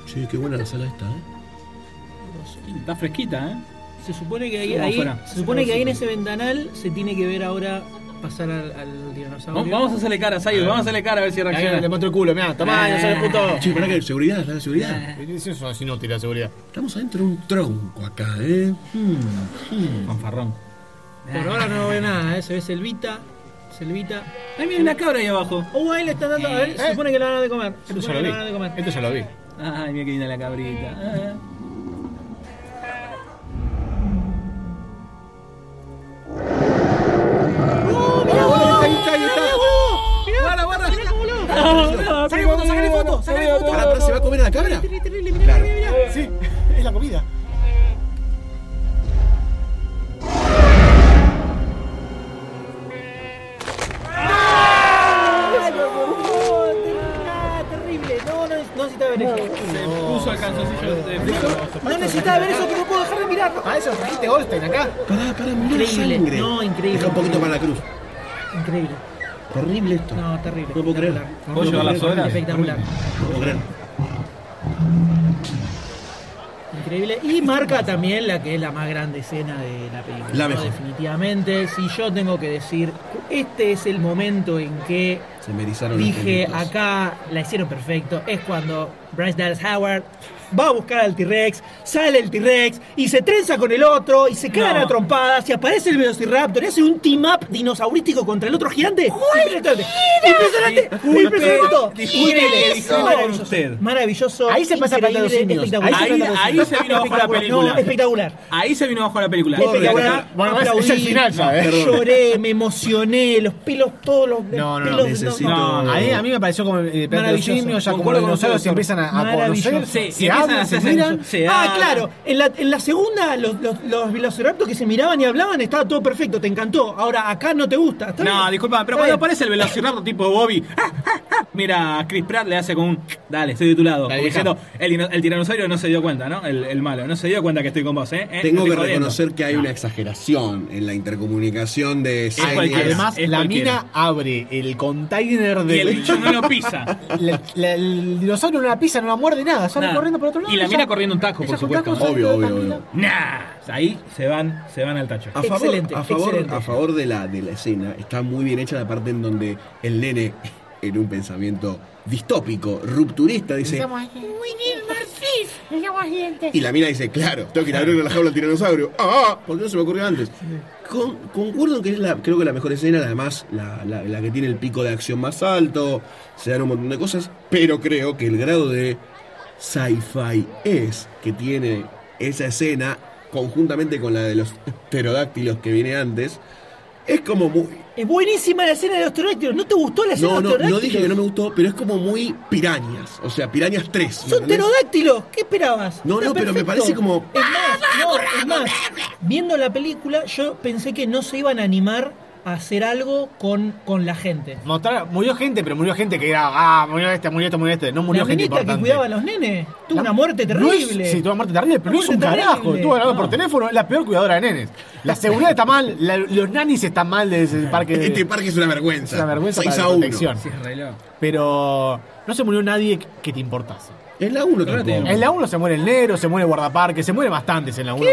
Speaker 2: Che, qué buena la sala esta, ¿eh?
Speaker 5: Está fresquita, ¿eh?
Speaker 4: Se supone que ahí,
Speaker 5: Vamos
Speaker 4: ahí-
Speaker 5: afuera.
Speaker 4: se supone que ahí en ese ventanal se tiene que ver ahora pasar al, al dinosaurio.
Speaker 5: Vamos, vamos a hacerle cara, Sayo, vamos a hacerle cara a ver si
Speaker 3: Ahí le
Speaker 5: reacciona.
Speaker 3: muestro el culo, mirá, tomá, no soy puto.
Speaker 2: Che, pará que seguridad, la seguridad.
Speaker 3: Eso es una inútil la seguridad.
Speaker 2: Estamos adentro de un tronco acá, ¿eh?
Speaker 5: Fanfarrón.
Speaker 4: Por ahora no ve nada, ¿eh? se ve selvita, selvita.
Speaker 5: Ahí viene una cabra ahí abajo.
Speaker 4: Oh, ahí le están dando, a ver, se
Speaker 3: Eh.
Speaker 4: supone que la van a de comer. Se
Speaker 3: Esto ya
Speaker 4: supone
Speaker 3: lo
Speaker 4: que
Speaker 3: vi.
Speaker 4: la van a de comer.
Speaker 5: Este
Speaker 3: Esto ya lo vi.
Speaker 5: Ay, mira qué linda la cabrita. Ah.
Speaker 4: Mirá,
Speaker 5: Guarda, guarda.
Speaker 4: mirá cómo lo-
Speaker 5: Sacale foto, sacale foto, sacale foto.
Speaker 2: Pará, pará, ¿se va a comer a la cabra?
Speaker 4: Terrible, terrible, mirá, mirá, mirá.
Speaker 3: Sí, es la comida.
Speaker 4: Ah, terrible. No, no, no necesitaba ver eso.
Speaker 5: Puso el calzoncillo de
Speaker 4: No necesitaba ver eso, que no puedo dejar de mirarlo.
Speaker 3: Ah, eso trajiste Goldstein acá.
Speaker 2: Pará, pará, mirá la
Speaker 4: Increíble,
Speaker 2: sangre.
Speaker 4: no, increíble.
Speaker 2: Deja un poquito para la cruz.
Speaker 4: Increíble.
Speaker 2: Terrible esto. No,
Speaker 4: No, terrible.
Speaker 2: puedo creer.
Speaker 4: Espectacular.
Speaker 5: ¿Puedo llevar las horas?
Speaker 4: Espectacular.
Speaker 2: puedo creer.
Speaker 4: Increíble. Y marca también la que es la más grande escena de la película.
Speaker 2: La
Speaker 4: ¿no?
Speaker 2: mejor.
Speaker 4: Definitivamente. Si yo tengo que decir, este es el momento en que
Speaker 2: Se me erizaron los
Speaker 4: dije
Speaker 3: pues.
Speaker 2: pelitos.
Speaker 4: acá, la hicieron perfecto, es cuando Bryce Dallas Howard va a buscar al T-Rex, sale el T-Rex y se trenza con el otro y se cagan
Speaker 5: No.
Speaker 4: a trompadas y aparece el Velociraptor y hace un team-up dinosaurístico contra el otro gigante. Impresionante. Impresionante.
Speaker 5: Disculpe,
Speaker 4: Impresionante todo.
Speaker 5: disculpe,
Speaker 4: Increíble.
Speaker 5: disculpe con
Speaker 4: Maravilloso.
Speaker 5: usted.
Speaker 4: Maravilloso.
Speaker 3: Ahí se pasa plata a los
Speaker 4: increíble,
Speaker 3: simios.
Speaker 4: espectacular.
Speaker 5: Ahí se Ahí- plata a los ahí simios. se vino abajo la película.
Speaker 4: No, espectacular.
Speaker 5: Ahí se vino abajo la película. Este
Speaker 2: Puedo
Speaker 4: Espectacular.
Speaker 2: rescatar.
Speaker 3: Bueno, es- es el
Speaker 4: Aplaudí,
Speaker 3: final ya, ¿eh?
Speaker 4: Lloré, me emocioné, los pelos todos los
Speaker 3: No, no,
Speaker 4: pelos
Speaker 2: necesito-
Speaker 5: No, no,
Speaker 3: A mí, a mí me pareció como eh, Planeta de los
Speaker 4: Maravilloso.
Speaker 3: Simios, ya como
Speaker 5: Concuerdo
Speaker 3: los
Speaker 5: con usted,
Speaker 3: dinosaurios se
Speaker 5: doctor.
Speaker 3: empiezan a, a
Speaker 4: Maravilloso.
Speaker 3: conocer,
Speaker 5: Sí,
Speaker 3: se
Speaker 5: empiezan
Speaker 3: hablan,
Speaker 5: a
Speaker 3: se
Speaker 5: hacer-
Speaker 3: miran.
Speaker 5: se
Speaker 4: ah,
Speaker 5: hablan.
Speaker 4: claro. En la, en la segunda, los, los, los velociraptors que se miraban y hablaban, estaba todo perfecto, te encantó. Ahora, acá no te gusta. ¿está
Speaker 5: No,
Speaker 4: bien?
Speaker 5: disculpa, pero
Speaker 4: Está
Speaker 5: cuando
Speaker 4: bien.
Speaker 5: aparece el velociraptor tipo Bobby, ah, ah, ah, mira, Chris Pratt le hace con un dale, estoy de tu lado.
Speaker 3: La
Speaker 5: Como
Speaker 3: vieja.
Speaker 5: diciendo, el, dino- el tiranosaurio no se dio cuenta, ¿no? El, el malo, no se dio cuenta que estoy con vos, ¿eh? Eh,
Speaker 2: Tengo
Speaker 5: estoy
Speaker 2: que
Speaker 5: jodiendo.
Speaker 2: reconocer que hay una exageración en la intercomunicación de
Speaker 5: cualquiera.
Speaker 2: series.
Speaker 3: Además,
Speaker 5: es
Speaker 3: la
Speaker 5: cualquiera.
Speaker 3: mina abre el container
Speaker 5: Y el
Speaker 3: del.
Speaker 5: bicho no lo pisa.
Speaker 3: la- la- el dinosaurio no la pisa, no la muerde nada, sale
Speaker 5: Nada.
Speaker 3: corriendo por otro lado.
Speaker 5: Y la
Speaker 3: ya-
Speaker 5: mina corriendo un taco,
Speaker 3: ella
Speaker 5: por
Speaker 3: con
Speaker 5: supuesto.
Speaker 3: tacos,
Speaker 2: Obvio,
Speaker 3: sale
Speaker 2: obvio,
Speaker 3: tranquila.
Speaker 2: obvio.
Speaker 5: Nah, ahí se van, se van al tacho.
Speaker 2: A favor,
Speaker 4: Excelente,
Speaker 2: a favor,
Speaker 4: excelente.
Speaker 2: A favor de, la, de la escena, está muy bien hecha la parte en donde el nene, en un pensamiento distópico, rupturista, dice. Y la mina dice, claro, tengo que ir a abrir la jaula al tiranosaurio. ¡Ah! ¿Por qué no se me ocurrió antes? Con, concuerdo en que es la, creo que la mejor escena, además, la, la, la que tiene el pico de acción más alto, se dan un montón de cosas, pero creo que el grado de sci-fi es que tiene esa escena, conjuntamente con la de los pterodáctilos que viene antes, es como muy...
Speaker 4: Es buenísima la escena de los pterodáctilos. ¿No te gustó la escena
Speaker 2: No,
Speaker 4: de los
Speaker 2: no, no
Speaker 4: pterodáctilos?
Speaker 2: dije que no me gustó, pero es como muy pirañas, o sea, pirañas 3. ¿me
Speaker 4: Son
Speaker 2: entendés?
Speaker 4: pterodáctilos, ¿qué esperabas?
Speaker 2: No,
Speaker 4: Está
Speaker 2: no, pero me
Speaker 4: perfecto.
Speaker 2: parece como-
Speaker 4: Es más, no, es más, viendo la película yo pensé que no se iban a animar a hacer algo con, con la gente.
Speaker 3: Mostrar- murió gente, pero murió gente que era, ah, murió este, murió este, murió este. No murió
Speaker 4: la
Speaker 3: gente
Speaker 4: minita que
Speaker 3: importante.
Speaker 4: cuidaba a los nenes tuvo
Speaker 3: La-
Speaker 4: una muerte
Speaker 3: No es-
Speaker 4: terrible.
Speaker 3: sí, tuvo una muerte terrible, pero
Speaker 4: Una
Speaker 3: no es un
Speaker 4: muerte
Speaker 3: carajo.
Speaker 4: terrible.
Speaker 3: Estuvo hablando por
Speaker 4: No.
Speaker 3: teléfono, es la peor cuidadora de nenes. La seguridad está mal, la- los nanis están mal de ese parque.
Speaker 2: Este parque es una
Speaker 3: es
Speaker 2: vergüenza.
Speaker 3: una vergüenza
Speaker 2: 6
Speaker 3: para
Speaker 2: a
Speaker 3: la
Speaker 2: 1.
Speaker 3: protección.
Speaker 5: Sí, es re loco.
Speaker 3: Pero no se murió nadie que te importase.
Speaker 2: Es la 1
Speaker 5: Ahora
Speaker 2: tampoco.
Speaker 3: En la 1 se muere el negro, se muere el guardaparque, se muere bastantes en la 1.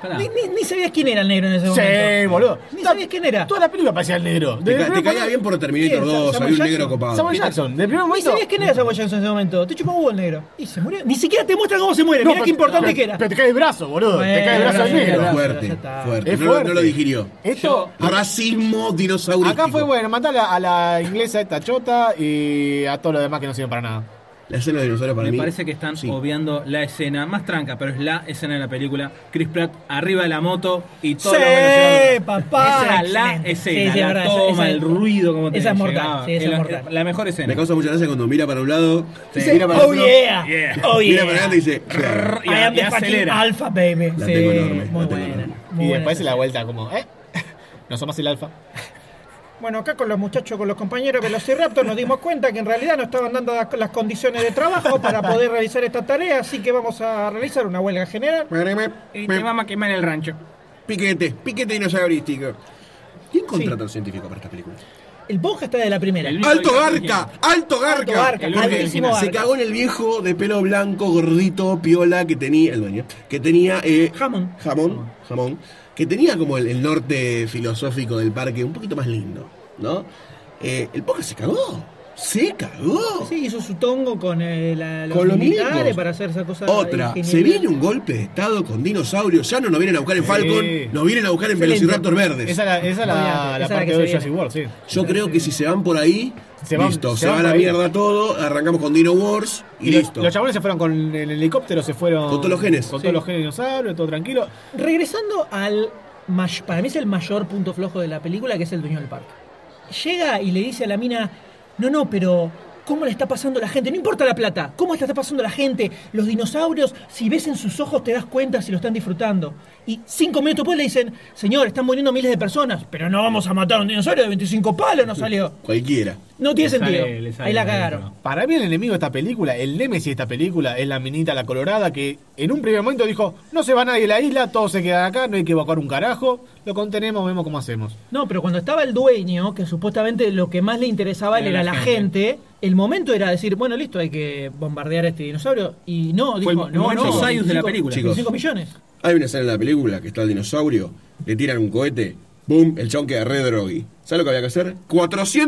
Speaker 5: Pará.
Speaker 4: Ni, ni- ni sabías quién era el negro en ese momento.
Speaker 3: Sí, boludo.
Speaker 4: Ni
Speaker 3: Ta-
Speaker 4: sabías quién era.
Speaker 3: Toda la película parecía el negro.
Speaker 2: Te, ca-
Speaker 3: Desde el
Speaker 2: te
Speaker 3: primer
Speaker 2: caía
Speaker 3: momento-
Speaker 2: bien por Terminator
Speaker 4: ¿Quién?
Speaker 2: 2,
Speaker 4: Samuel
Speaker 2: había un
Speaker 4: Jackson.
Speaker 2: negro copado.
Speaker 3: Samuel Jackson, del primer
Speaker 4: Ni
Speaker 3: momento.
Speaker 4: sabías quién era Samuel Jackson en ese momento. Te chupó huevo el negro. Y se murió. Ni siquiera te muestra cómo se muere.
Speaker 3: No,
Speaker 4: Mirá qué
Speaker 3: pero-
Speaker 4: importante
Speaker 3: pero-
Speaker 4: que era.
Speaker 3: Pero te cae el brazo, boludo. te
Speaker 4: Bueno,
Speaker 3: cae el brazo del
Speaker 4: pero-
Speaker 3: negro.
Speaker 4: pero-
Speaker 2: Fuerte,
Speaker 4: Ya está.
Speaker 2: fuerte.
Speaker 3: Es
Speaker 2: No, lo- no lo
Speaker 3: fuerte.
Speaker 2: digirió.
Speaker 3: Esto.
Speaker 2: Racismo dinosaurio.
Speaker 3: Acá fue bueno, matar a, a la inglesa esta chota y a todos los demás que no sirven para nada.
Speaker 2: La escena de dinosaurios para
Speaker 5: Me
Speaker 2: mí.
Speaker 5: parece que están
Speaker 2: sí.
Speaker 5: obviando la escena más tranca, pero es la escena de la película. Chris Pratt arriba de la moto y todo.
Speaker 4: Sí,
Speaker 5: lo relacionado.
Speaker 4: papá,
Speaker 5: Esa es la
Speaker 4: excelente.
Speaker 5: escena,
Speaker 4: Sí, sí, es
Speaker 5: la
Speaker 4: verdad, esa-
Speaker 5: toma,
Speaker 4: esa-
Speaker 5: el ruido como te
Speaker 4: esa es mortal,
Speaker 5: llegaba.
Speaker 4: sí, esa es
Speaker 5: la,
Speaker 4: mortal.
Speaker 5: la mejor escena.
Speaker 2: Me causa mucha gracia cuando mira para un lado,
Speaker 5: Sí.
Speaker 2: mira para
Speaker 4: Oh
Speaker 2: otro,
Speaker 4: yeah.
Speaker 5: Yeah.
Speaker 4: Oh
Speaker 2: mira
Speaker 4: yeah.
Speaker 2: para adelante y dice. "Claro".
Speaker 5: Y
Speaker 4: I am the fucking
Speaker 5: acelera.
Speaker 4: alpha baby.
Speaker 2: La
Speaker 4: sí,
Speaker 2: tengo
Speaker 4: muy
Speaker 2: enorme, la tengo
Speaker 4: buena.
Speaker 2: enorme.
Speaker 4: muy
Speaker 3: y
Speaker 4: buena
Speaker 3: después se
Speaker 4: esa
Speaker 3: la vuelta como, ¿eh? No somos el alfa.
Speaker 4: Bueno, acá con los muchachos, con los compañeros Velociraptor, nos dimos cuenta que en realidad no estaban dando las, las condiciones de trabajo para poder realizar esta tarea, así que vamos a realizar una huelga general.
Speaker 5: Y te vamos a quemar el rancho.
Speaker 2: Piquete, piquete dinosaurístico. ¿Quién contrata
Speaker 4: Sí.
Speaker 2: a un científico para esta película?
Speaker 4: El Bonja está de la primera.
Speaker 5: El-
Speaker 2: ¡Alto
Speaker 5: Alto
Speaker 2: Garca! ¡Alto Garca!
Speaker 4: Garca,
Speaker 2: Porque
Speaker 4: altísimo
Speaker 2: Se
Speaker 4: Garca.
Speaker 2: cagó en el viejo de pelo blanco, gordito, piola que tenía. El dueño. Que tenía. eh,
Speaker 4: Jamón.
Speaker 2: Jamón. Jamón. Que tenía como el, el norte filosófico del parque un poquito más lindo, ¿no? Eh, el poca se cagó. Se cagó.
Speaker 4: Sí, hizo su tongo con eh, la- los
Speaker 2: Con los
Speaker 4: militares
Speaker 2: milicos.
Speaker 4: para hacer esa cosa.
Speaker 2: Otra,
Speaker 4: ingeniería.
Speaker 2: se viene un golpe de estado con dinosaurios. Ya no nos vienen a buscar en Falcon, nos vienen a buscar en
Speaker 4: Excelente.
Speaker 2: Velociraptor verdes.
Speaker 3: Esa es la, esa es la,
Speaker 4: Obviamente,
Speaker 3: la
Speaker 4: esa es la
Speaker 3: parte
Speaker 4: que
Speaker 3: de
Speaker 4: se
Speaker 3: Jurassic
Speaker 4: viene.
Speaker 3: World, sí.
Speaker 2: Yo creo que si se van por ahí,
Speaker 3: Se van-
Speaker 2: listo, se,
Speaker 3: se van
Speaker 2: va a la
Speaker 3: por ahí.
Speaker 2: mierda todo, arrancamos con Dino Wars y,
Speaker 3: los-
Speaker 2: listo.
Speaker 3: Los, chabones se fueron con el helicóptero, se fueron.
Speaker 2: Con todos los genes.
Speaker 3: Con
Speaker 2: Sí.
Speaker 3: todos los genes dinosaurios, todo tranquilo.
Speaker 4: Regresando al. may- Para mí es el mayor punto flojo de la película, que es el dueño del parque. Llega y le dice a la mina: No, no, pero. ¿Cómo le está pasando a la gente? No importa la plata. ¿Cómo le está pasando a la gente? Los dinosaurios, si ves en sus ojos, te das cuenta si lo están disfrutando. Y cinco minutos después le dicen: Señor, están muriendo miles de personas, pero no vamos a matar a un dinosaurio de 25 palos, no salió.
Speaker 2: Cualquiera.
Speaker 4: No tiene
Speaker 5: Le sale-
Speaker 4: sentido.
Speaker 5: le sale
Speaker 4: Ahí la
Speaker 5: adentro.
Speaker 4: cagaron.
Speaker 3: Para mí, el enemigo de esta película, el Nemesis de esta película, es la minita la colorada que en un primer momento dijo: No se va nadie de la isla, todos se quedan acá, no hay que evacuar un carajo. Lo contenemos, vemos cómo hacemos.
Speaker 4: No, pero cuando estaba el dueño, que supuestamente lo que más le interesaba a él era la gente. el momento era decir, bueno, listo, hay que bombardear a este dinosaurio. Y no, dijo,
Speaker 5: Fue el
Speaker 4: no,
Speaker 5: momento
Speaker 4: no,
Speaker 5: Sayus de la
Speaker 4: 25
Speaker 5: película.
Speaker 4: 25 millones.
Speaker 2: Hay una escena en la película que está el dinosaurio, le tiran un cohete, ¡boom! El chabón queda re drogui. ¿Sabes lo que había que hacer?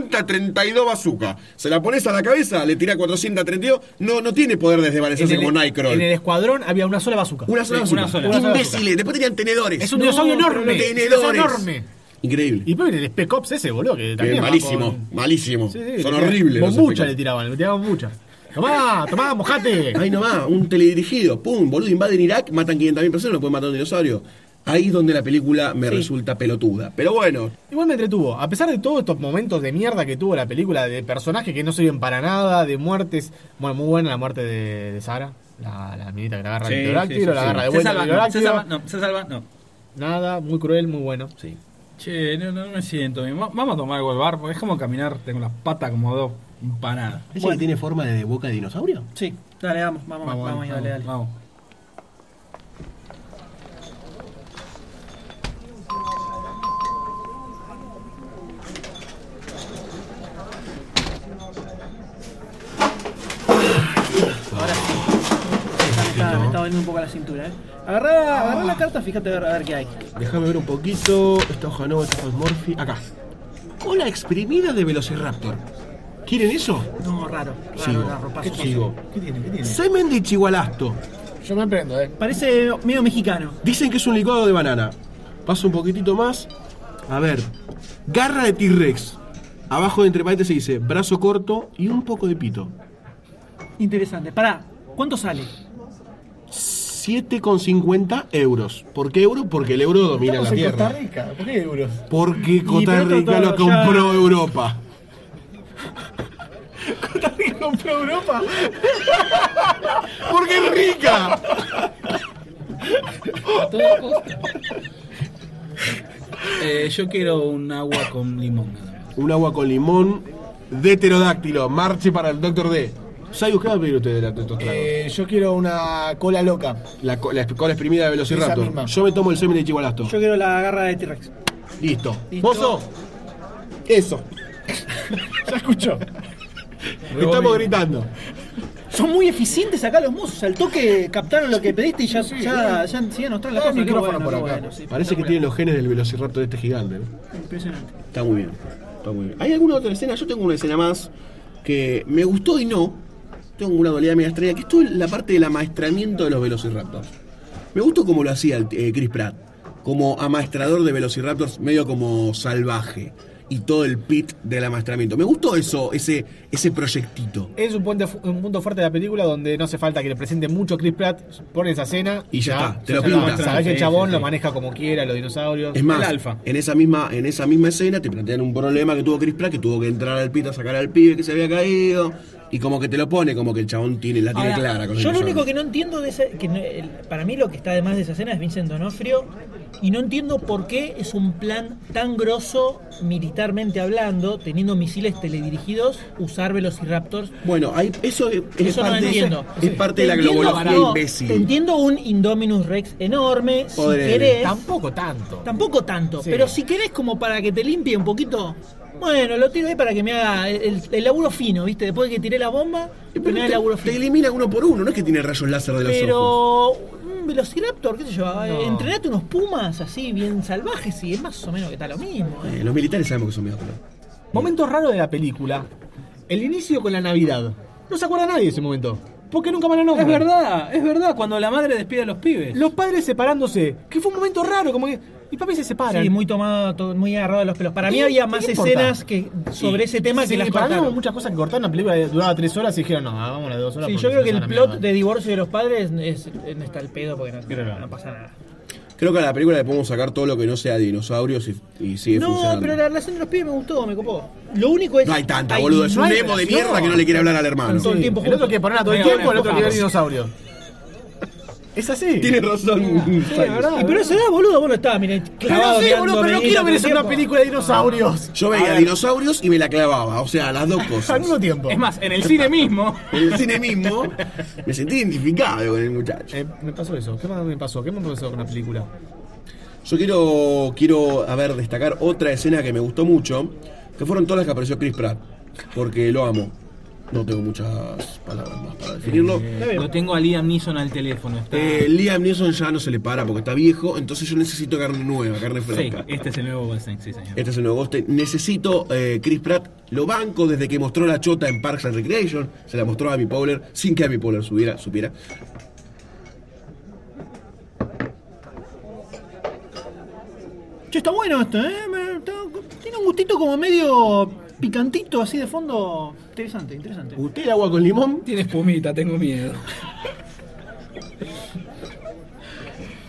Speaker 2: 432 bazooka. Se la pones a la cabeza, le tira 432. No, no tiene poder desvanecerse como Nightcrawl.
Speaker 3: en el escuadrón había una sola bazooka.
Speaker 2: Una sola
Speaker 5: una
Speaker 2: bazooka.
Speaker 5: sola.
Speaker 3: Una sola
Speaker 2: Imbéciles, después tenían tenedores.
Speaker 3: Es un dinosaurio
Speaker 4: No,
Speaker 3: enorme.
Speaker 2: pero-
Speaker 3: Es un dinosaurio
Speaker 2: Tenedores.
Speaker 3: enorme.
Speaker 2: Increíble.
Speaker 3: Y peor el Spec Ops ese, boludo, que
Speaker 2: Eh,
Speaker 3: también. va
Speaker 2: malísimo,
Speaker 3: con-
Speaker 2: malísimo.
Speaker 3: Sí, sí,
Speaker 2: Son
Speaker 3: le tira-
Speaker 2: horribles. los
Speaker 3: Bombucha
Speaker 2: efectos.
Speaker 3: le tiraban, le tiraban bombucha. Tomá, tomá, mojate.
Speaker 2: Ahí nomás, un teledirigido, pum, boludo, invaden Irak, matan 500.000 personas, no pueden matar a un dinosaurio. Ahí es donde la película me resulta pelotuda. Pero bueno,
Speaker 3: Igual me entretuvo. A pesar de todos estos momentos de mierda que tuvo la película, de personajes que no sirven para nada, de muertes. Bueno, muy buena la muerte de, de Sara. La, la minita que la agarra
Speaker 5: Sí,
Speaker 3: el
Speaker 5: sí,
Speaker 3: pterodáctilo,
Speaker 5: sí,
Speaker 3: la
Speaker 5: sí.
Speaker 3: agarra de
Speaker 5: Se
Speaker 3: vuelta el
Speaker 5: salva, no, se salva,
Speaker 3: pterodáctilo.
Speaker 5: no, se salva, no.
Speaker 3: Nada, muy cruel, muy bueno.
Speaker 2: sí.
Speaker 5: Che, no, no, no me siento bien. Va- Vamos a tomar algo al bar, porque es como caminar, tengo las patas como dos empanadas.
Speaker 2: ¿Ese que tiene forma de boca de dinosaurio?
Speaker 4: Sí, dale, vamos, vamos, vamos, y dale, dale.
Speaker 5: vamos.
Speaker 4: Me está- me está doliendo un poco la cintura, eh. Agarrá, agarrá la carta, fíjate a ver, a ver qué hay.
Speaker 2: Déjame ver un poquito. Esta hoja no, esta hoja es Morphy. Acá. Cola exprimida de Velociraptor. ¿Quieren eso?
Speaker 4: No, raro, raro, raro, paso, paso.
Speaker 2: ¿Qué tiene? ¿Qué tiene? Semen de chihualasto.
Speaker 3: Yo me prendo, eh.
Speaker 4: Parece medio mexicano.
Speaker 2: Dicen que es un licuado de banana. Paso un poquitito más. A ver. Garra de T-Rex. Abajo de entre paréntesis dice brazo corto y un poco de pito.
Speaker 4: Interesante. Pará, ¿cuánto sale?
Speaker 2: 7,50 euros. ¿Por qué euros? Porque el euro domina la tierra.
Speaker 3: Rica, ¿por qué euros?
Speaker 2: Porque Costa
Speaker 4: pero esto
Speaker 2: Rica lo
Speaker 4: todo ya-
Speaker 2: compró Europa.
Speaker 3: Compró Europa.
Speaker 2: ¡Porque es rica!
Speaker 5: Eh, yo quiero un agua con limón nada más.
Speaker 1: Un agua con limón de pterodáctilo. Marche para el doctor D. Sayus, ¿qué va a pedir usted de, la- de estos tragos?
Speaker 3: Eh, yo quiero una cola loca.
Speaker 1: la, co- la cola exprimida de
Speaker 3: Esa
Speaker 1: Velociraptor.
Speaker 3: misma.
Speaker 1: Yo me tomo el semen de Chihualasto.
Speaker 4: Yo quiero la garra de T-Rex.
Speaker 1: Listo.
Speaker 4: Listo.
Speaker 1: ¿Mozo?
Speaker 3: Eso. ya escuchó.
Speaker 1: Estamos gritando.
Speaker 4: Son muy eficientes acá los mozos. Al toque captaron lo que pediste y ya, ya, ya, ya nos traen la
Speaker 3: Está
Speaker 4: casa.
Speaker 3: el
Speaker 4: Qué
Speaker 3: micrófono
Speaker 4: bueno,
Speaker 3: por
Speaker 4: qué
Speaker 3: acá.
Speaker 4: bueno, sí,
Speaker 1: Parece que tiene los genes del Velociraptor este gigante. ¿no?
Speaker 4: Impresionante.
Speaker 2: Está muy bien. Está muy bien. ¿Hay alguna otra escena? Yo tengo una escena más que me gustó y no. Tengo una dualidad media extraña, que es toda la parte del amaestramiento de los Velociraptors. Me gustó como lo hacía el, eh, Chris Pratt, como amaestrador de Velociraptors, medio como salvaje. Y todo el pit del amaestramiento. Me gustó eso, ese, ese proyectito.
Speaker 3: Es un, puente fu- un punto fuerte de la película donde no hace falta que le presente mucho a Chris Pratt. Pone esa escena
Speaker 2: Y ya está, te lo
Speaker 3: pinta.
Speaker 2: pinta.
Speaker 3: Sabes que el
Speaker 5: Sí,
Speaker 3: chabón
Speaker 5: sí,
Speaker 3: lo
Speaker 5: sí.
Speaker 3: maneja como quiera, los dinosaurios.
Speaker 2: Es más,
Speaker 5: El alfa.
Speaker 2: En, esa misma, en esa misma escena te plantean un problema que tuvo Chris Pratt, que tuvo que entrar al pit a sacar al pibe que se había caído. Y como que te lo pone, como que el chabón tiene, la tiene
Speaker 4: Ahora,
Speaker 2: clara. Con el
Speaker 4: yo lo
Speaker 2: dinosaurio.
Speaker 4: único que no entiendo de esa, que no- el- para mí lo que está además de esa escena es Vincent Donofrio y no entiendo por qué es un plan tan grosso militarmente hablando, teniendo misiles teledirigidos, usar velociraptors.
Speaker 2: Bueno, hay- eso es, es
Speaker 4: Eso no
Speaker 2: parte,
Speaker 4: lo entiendo.
Speaker 2: es parte de
Speaker 4: Te
Speaker 2: la
Speaker 4: entiendo-
Speaker 2: globología
Speaker 4: no,
Speaker 2: imbécil.
Speaker 4: Te entiendo un Indominus Rex enorme,
Speaker 2: Podrele.
Speaker 4: si querés.
Speaker 3: Tampoco tanto.
Speaker 4: Tampoco tanto,
Speaker 3: Sí.
Speaker 4: pero si querés como para que te limpie un poquito. Bueno, lo tiro ahí para que me haga el, el laburo fino, ¿viste? Después de que tiré la bomba,
Speaker 2: Y Eh, pero
Speaker 4: me haga el laburo
Speaker 2: te, te
Speaker 4: fino.
Speaker 2: elimina uno por uno, no es que tiene rayos láser de los ojos.
Speaker 4: Pero un velociraptor, qué sé yo, eh,
Speaker 3: No.
Speaker 4: entrenate unos pumas así bien salvajes y es más o menos que está lo mismo. eh.
Speaker 2: Eh, los militares sabemos que son medio culos.
Speaker 3: Momento raro de la película. El inicio con la Navidad. No se acuerda nadie de ese momento. Porque nunca más lo nombran.
Speaker 5: Es verdad, es verdad, cuando la madre despide a los pibes.
Speaker 3: Los padres separándose. Que fue un momento raro. Como que. Y papi se separan.
Speaker 4: Sí, muy tomado, to- muy agarrado de los pelos. Para mí
Speaker 3: ¿Y
Speaker 4: había
Speaker 3: qué
Speaker 4: más
Speaker 3: importa?
Speaker 4: escenas que sobre ese tema
Speaker 3: Sí,
Speaker 4: que las
Speaker 3: para mí hubo
Speaker 4: cortaron.
Speaker 3: muchas cosas que cortaron. La película duraba tres horas y dijeron, no, hagámosla de dos horas.
Speaker 4: Sí,
Speaker 3: porque
Speaker 4: yo
Speaker 3: si
Speaker 4: creo
Speaker 3: no
Speaker 4: que
Speaker 3: es
Speaker 4: el
Speaker 3: una
Speaker 4: plot
Speaker 3: mierda.
Speaker 4: de divorcio de los padres es, es- no está el pedo porque no,
Speaker 3: Claro.
Speaker 4: no pasa nada.
Speaker 2: Creo que a la película le podemos sacar todo lo que no sea dinosaurios y, y sigue
Speaker 4: No,
Speaker 2: funcionando.
Speaker 4: pero la relación de los pibes me gustó, me copó. Lo único es.
Speaker 2: No hay tanta,
Speaker 4: Ay,
Speaker 2: boludo. Es
Speaker 4: no
Speaker 2: un
Speaker 4: hay
Speaker 2: emo de
Speaker 4: relación.
Speaker 2: mierda que no le quiere hablar al hermano.
Speaker 4: Todo el tiempo
Speaker 3: El otro
Speaker 4: juntos.
Speaker 3: que ponerla todo el
Speaker 5: Venga,
Speaker 3: tiempo, el
Speaker 5: bueno,
Speaker 3: otro que ver
Speaker 5: vamos.
Speaker 3: dinosaurio. Es así.
Speaker 2: Tiene razón.
Speaker 3: Sí, de verdad.
Speaker 4: Y pero esa edad, boludo, vos no estabas, mirá,
Speaker 3: Pero
Speaker 4: clavado
Speaker 3: sí,
Speaker 4: mirando
Speaker 3: boludo, pero no
Speaker 4: Medina
Speaker 3: quiero ver
Speaker 4: todo
Speaker 3: eso en
Speaker 4: el
Speaker 3: una
Speaker 4: tiempo.
Speaker 3: película de dinosaurios.
Speaker 2: Yo veía dinosaurios y me la clavaba. O sea, las dos
Speaker 3: Al
Speaker 2: cosas.
Speaker 3: mismo tiempo.
Speaker 5: Es más, en el cine mismo.
Speaker 2: En el cine mismo me sentí identificado con el muchacho.
Speaker 3: Eh, me pasó eso. ¿Qué más me pasó? ¿Qué más me pasó con la película?
Speaker 2: Yo quiero, quiero, a ver, destacar otra escena que me gustó mucho, que fueron todas las que apareció Chris Pratt, porque lo amo. No tengo muchas palabras más para definirlo.
Speaker 1: Eh.
Speaker 5: Lo tengo a Liam Neeson al teléfono. Está...
Speaker 2: Eh, Liam Neeson ya no se le para porque está viejo, entonces yo necesito carne nueva, carne
Speaker 5: sí,
Speaker 2: fresca.
Speaker 5: este es el nuevo Goldstein, sí, señor.
Speaker 2: Este es el nuevo Goldstein. Necesito eh, Chris Pratt, lo banco desde que mostró la chota en Parks and Recreation, se la mostró a mi Powler sin que a mi Powler subiera, supiera.
Speaker 4: Che, está bueno esto, ¿eh? Me- está- tiene un gustito como medio picantito, así de fondo. Interesante, interesante.
Speaker 1: ¿Usted el agua con limón?
Speaker 5: Tiene espumita, tengo miedo.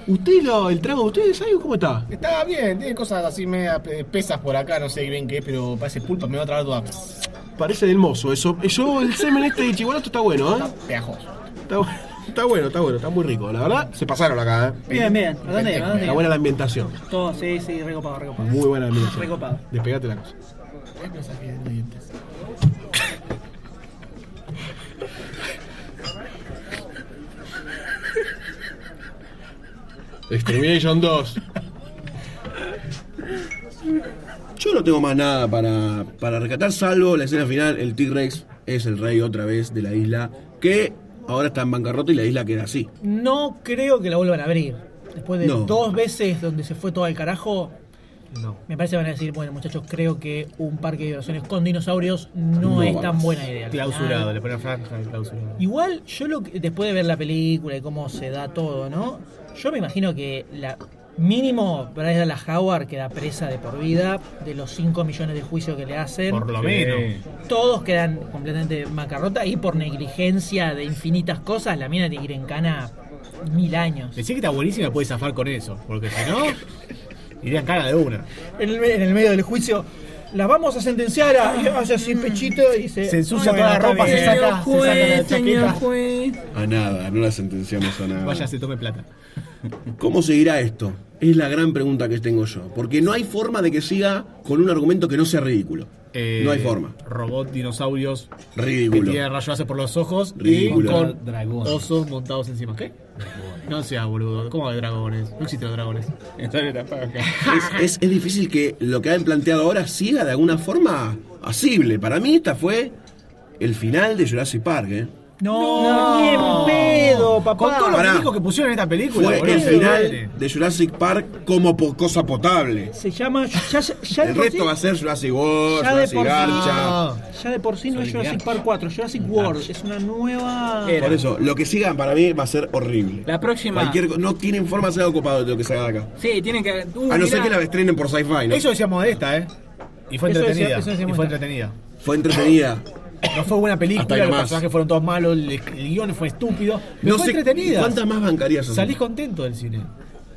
Speaker 1: ¿Usted lo- el trago de ustedes, Sayus, cómo está?
Speaker 3: Está bien, tiene cosas así media eh, pesas por acá, no sé bien qué es, pero parece pulpa, me va a traer toda
Speaker 1: Parece del mozo eso. Yo, el semen este de Chihualasto está bueno, ¿eh?
Speaker 3: pegajoso.
Speaker 1: Está, bu- está bueno, está bueno, está muy rico. La verdad, se pasaron acá, ¿eh?
Speaker 4: Bien, bien. ¿A dónde? ¿A
Speaker 1: Está
Speaker 4: dónde?
Speaker 1: buena la ambientación.
Speaker 4: Todo, sí, sí, recopado, recopado.
Speaker 1: Muy buena la ambientación.
Speaker 4: Recopado.
Speaker 1: Despegate la cosa. Extermination 2.
Speaker 2: Yo no tengo más nada para, para rescatar, salvo la escena final, el T-Rex es el rey otra vez de la isla, que ahora está en bancarrota y la isla queda así.
Speaker 4: No creo que la vuelvan a abrir. Después de
Speaker 2: No.
Speaker 4: dos veces donde se fue todo al carajo,
Speaker 3: No.
Speaker 4: me parece que van a decir, bueno, muchachos, creo que un parque de diversiones con dinosaurios no,
Speaker 2: No
Speaker 4: es
Speaker 2: va
Speaker 4: tan
Speaker 2: más.
Speaker 4: buena idea.
Speaker 3: Clausurado, le ponen franja de clausurado.
Speaker 4: Igual, yo lo que- después de ver la película y cómo se da todo, ¿no? Yo me imagino que la mínimo Bryce Dallas Howard queda presa de por vida de los 5 millones de juicios que le hacen.
Speaker 3: Por lo
Speaker 5: Sí.
Speaker 3: menos.
Speaker 4: Todos quedan completamente macarrota y por negligencia de infinitas cosas, la mina tiene que ir en cana mil años.
Speaker 3: Decí que está buenísima, puede zafar con eso, porque si no, iría en cara de una.
Speaker 4: En el, me- en el medio del juicio, la vamos a sentenciar a. y hace así pechito y dice.
Speaker 3: Ah. Se ensucia toda la ropa, se
Speaker 4: saca.
Speaker 3: saca, se saca la chaqueta.
Speaker 5: juez.
Speaker 2: A nada, no la sentenciamos a nada.
Speaker 3: Vaya, se tome plata.
Speaker 2: ¿Cómo seguirá esto? Es la gran pregunta que tengo yo. Porque no hay forma de que siga con un argumento que no sea ridículo.
Speaker 3: Eh,
Speaker 2: no hay forma.
Speaker 3: Robot, dinosaurios que
Speaker 2: Ridículo.
Speaker 3: tiene rayones por los ojos
Speaker 2: Ridículo.
Speaker 3: y con
Speaker 5: Dragones.
Speaker 3: osos montados encima. ¿Qué? No seas boludo. ¿Cómo hay dragones? No existen los dragones.
Speaker 2: Es, es- es difícil que lo que han planteado ahora siga de alguna forma asible. Para mí esta fue el final de Jurassic Park. ¿eh?
Speaker 4: No, ni en pedo, papá.
Speaker 3: Con todos los
Speaker 2: Pará.
Speaker 3: médicos que pusieron en esta película.
Speaker 2: Fue
Speaker 3: boludo.
Speaker 2: el
Speaker 3: Vale.
Speaker 2: final de Jurassic Park como po- cosa potable.
Speaker 4: Se llama. Ya, ya- ya de
Speaker 2: El
Speaker 4: por
Speaker 2: resto
Speaker 4: sí-
Speaker 2: va a ser Jurassic World,
Speaker 4: Ya de
Speaker 2: Jurassic
Speaker 4: por sí.
Speaker 2: Garcha.
Speaker 4: Ya de por sí no es
Speaker 5: Soy
Speaker 4: Jurassic
Speaker 5: Garch.
Speaker 4: Park 4, Jurassic World. Es una nueva.
Speaker 5: Era.
Speaker 2: Por eso, lo que sigan para mí va a ser horrible.
Speaker 5: La próxima.
Speaker 2: Cualquier co- no tienen forma de ser ocupado de lo que salga de acá.
Speaker 5: Sí, tienen que. Uh,
Speaker 2: A Ah, no
Speaker 5: mirá.
Speaker 2: ser que la estrenen por sci-fi, ¿no?
Speaker 3: Eso decíamos de esta, ¿eh? Y fue
Speaker 4: Eso decía-
Speaker 3: entretenida.
Speaker 4: eso decíamos
Speaker 3: y fue
Speaker 4: esta.
Speaker 3: entretenida.
Speaker 2: Fue entretenida.
Speaker 3: No fue buena
Speaker 2: Hasta
Speaker 3: película,
Speaker 2: ahí
Speaker 3: los
Speaker 2: nomás.
Speaker 3: personajes fueron todos malos, el, el guión fue estúpido. Pero
Speaker 2: No
Speaker 3: fue
Speaker 2: sé
Speaker 3: entretenida.
Speaker 2: ¿Cuántas más bancarías son?
Speaker 3: Salís contento del cine.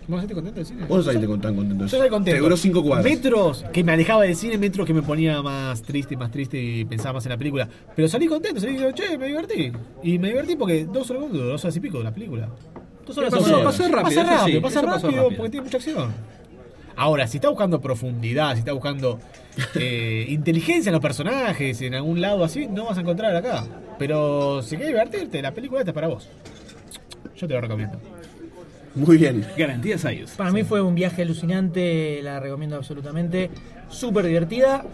Speaker 3: ¿Vos saliste contento del cine?
Speaker 2: Vos no saliste con tan contento.
Speaker 3: Yo salí contento.
Speaker 2: Te duró cinco cuadras.
Speaker 3: Metros que me alejaba del cine, metros que me ponía más triste y más triste y pensaba más en la película. Pero salí contento, salí diciendo, che, me divertí. Y me divertí porque dos horas, duró, dos horas y pico la película. Dos horas
Speaker 5: Pasó-
Speaker 3: y pico.
Speaker 5: pasó rápido,
Speaker 3: Pasa
Speaker 5: eso
Speaker 3: rápido,
Speaker 5: sí,
Speaker 3: pasa
Speaker 5: eso pasó
Speaker 3: rápido
Speaker 5: rápido.
Speaker 3: porque tiene mucha acción. Ahora, si está buscando profundidad, si está buscando eh, inteligencia en los personajes, en algún lado así, no vas a encontrar acá. Pero si quieres divertirte, la película esta es para vos. Yo te lo recomiendo.
Speaker 2: Muy bien.
Speaker 5: Garantías Ayus.
Speaker 4: Para mí fue un viaje alucinante, la recomiendo absolutamente. Súper divertida.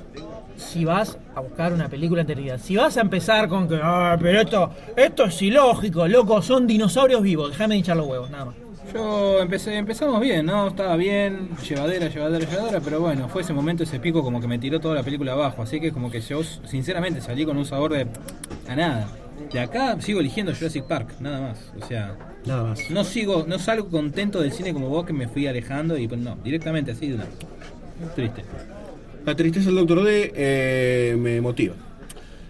Speaker 4: Si vas a buscar una película entretenida, si vas a empezar con que, ah, pero esto, esto es ilógico, loco, son dinosaurios vivos, déjame de hinchar los huevos, nada más.
Speaker 5: Yo empecé, empezamos bien, ¿no? Estaba bien, llevadera, llevadera, llevadera, pero bueno, fue ese momento, ese pico como que me tiró toda la película abajo, así que como que yo sinceramente salí con un sabor de a nada. De acá sigo eligiendo Jurassic Park, nada más. O sea,
Speaker 2: Nada más.
Speaker 5: no sigo, no salgo contento del cine como vos que me fui alejando y pues no, directamente así de una. Triste.
Speaker 2: La tristeza del Doctor D eh, me motiva.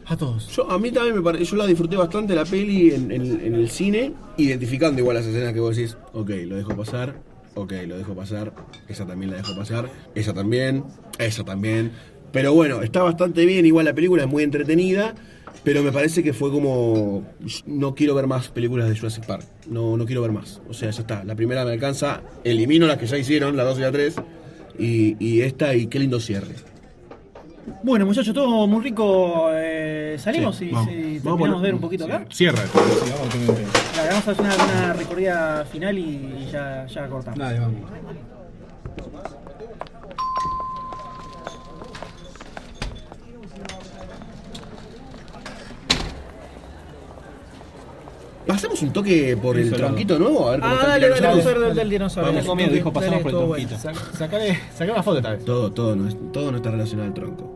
Speaker 3: A todos.
Speaker 2: Yo, a mí también me parece, yo la disfruté bastante la peli en, en- en el cine, identificando igual las escenas que vos decís, ok, lo dejo pasar, ok, lo dejo pasar, esa también la dejo pasar, esa también, esa también. Pero bueno, está bastante bien, igual la película es muy entretenida, pero me parece que fue como, no quiero ver más películas de Jurassic Park, no, no quiero ver más. O sea, ya está, la primera me alcanza, elimino las que ya hicieron, la 2 y la 3, y, y esta, y qué lindo cierre.
Speaker 4: Bueno, muchachos, todo muy rico. eh, salimos
Speaker 1: Sí,
Speaker 4: y,
Speaker 1: vamos.
Speaker 4: y
Speaker 1: Vamos
Speaker 4: terminamos
Speaker 1: por-
Speaker 4: de ver un poquito acá.
Speaker 1: Cierra.
Speaker 4: Dale, Vamos a hacer una, una recorrida final y, y ya, ya cortamos.
Speaker 5: Dale, vamos.
Speaker 2: ¿Pasamos un toque por el
Speaker 5: Eso lo hago.
Speaker 2: tronquito nuevo? A ver cómo
Speaker 4: Ah,
Speaker 2: está el
Speaker 4: dale, dale,
Speaker 2: tiranosaurio.
Speaker 4: vamos a ver del, del dinosaurio.
Speaker 2: Vamos.
Speaker 5: Tengo miedo, dijo,
Speaker 4: Dale,
Speaker 5: pasamos por el
Speaker 4: todo bueno.
Speaker 5: tronquito.
Speaker 3: Sac- Sacale, sacale una foto esta vez.
Speaker 2: Todo, todo no, es- todo no está relacionado al tronco.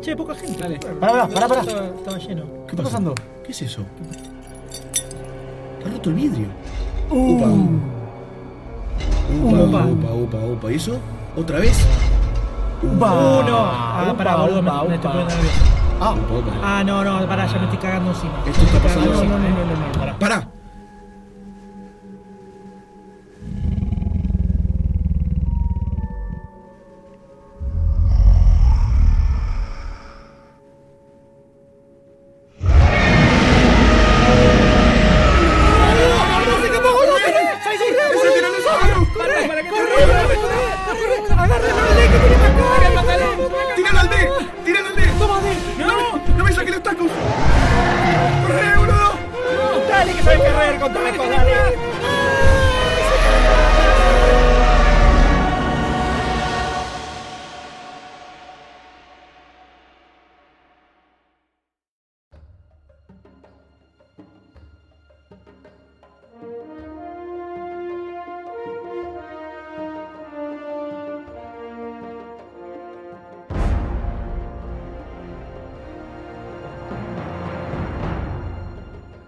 Speaker 4: Che, poca gente.
Speaker 5: Dale.
Speaker 3: Pará, pará, pará, pará.
Speaker 4: Estaba, estaba lleno.
Speaker 3: ¿Qué está pasando?
Speaker 2: ¿Qué es eso? Está roto el vidrio. Upa. Upa,
Speaker 4: Uh. Upa.
Speaker 2: upa, upa, upa. ¿Y eso? ¿Otra vez?
Speaker 4: Uno. Ah, pará,
Speaker 3: upa,
Speaker 4: boludo, me-
Speaker 3: upa,
Speaker 4: me estoy
Speaker 3: upa.
Speaker 4: poniendo nervioso.
Speaker 2: Upa, upa.
Speaker 4: Ah, no, no, pará, ya me estoy cagando encima.
Speaker 2: Esto está pasando
Speaker 4: Ah, No, no,
Speaker 2: así.
Speaker 4: no, no, no, no, pará.
Speaker 2: ¡Para! ¡Tíralo al D! ¡Tíralo al D! ¡Toma D! ¡No! ¡No me saques los tacos! ¡Corre, boludo!
Speaker 4: Dale, que sabes correr, contame cosas, dale.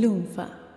Speaker 6: sofá.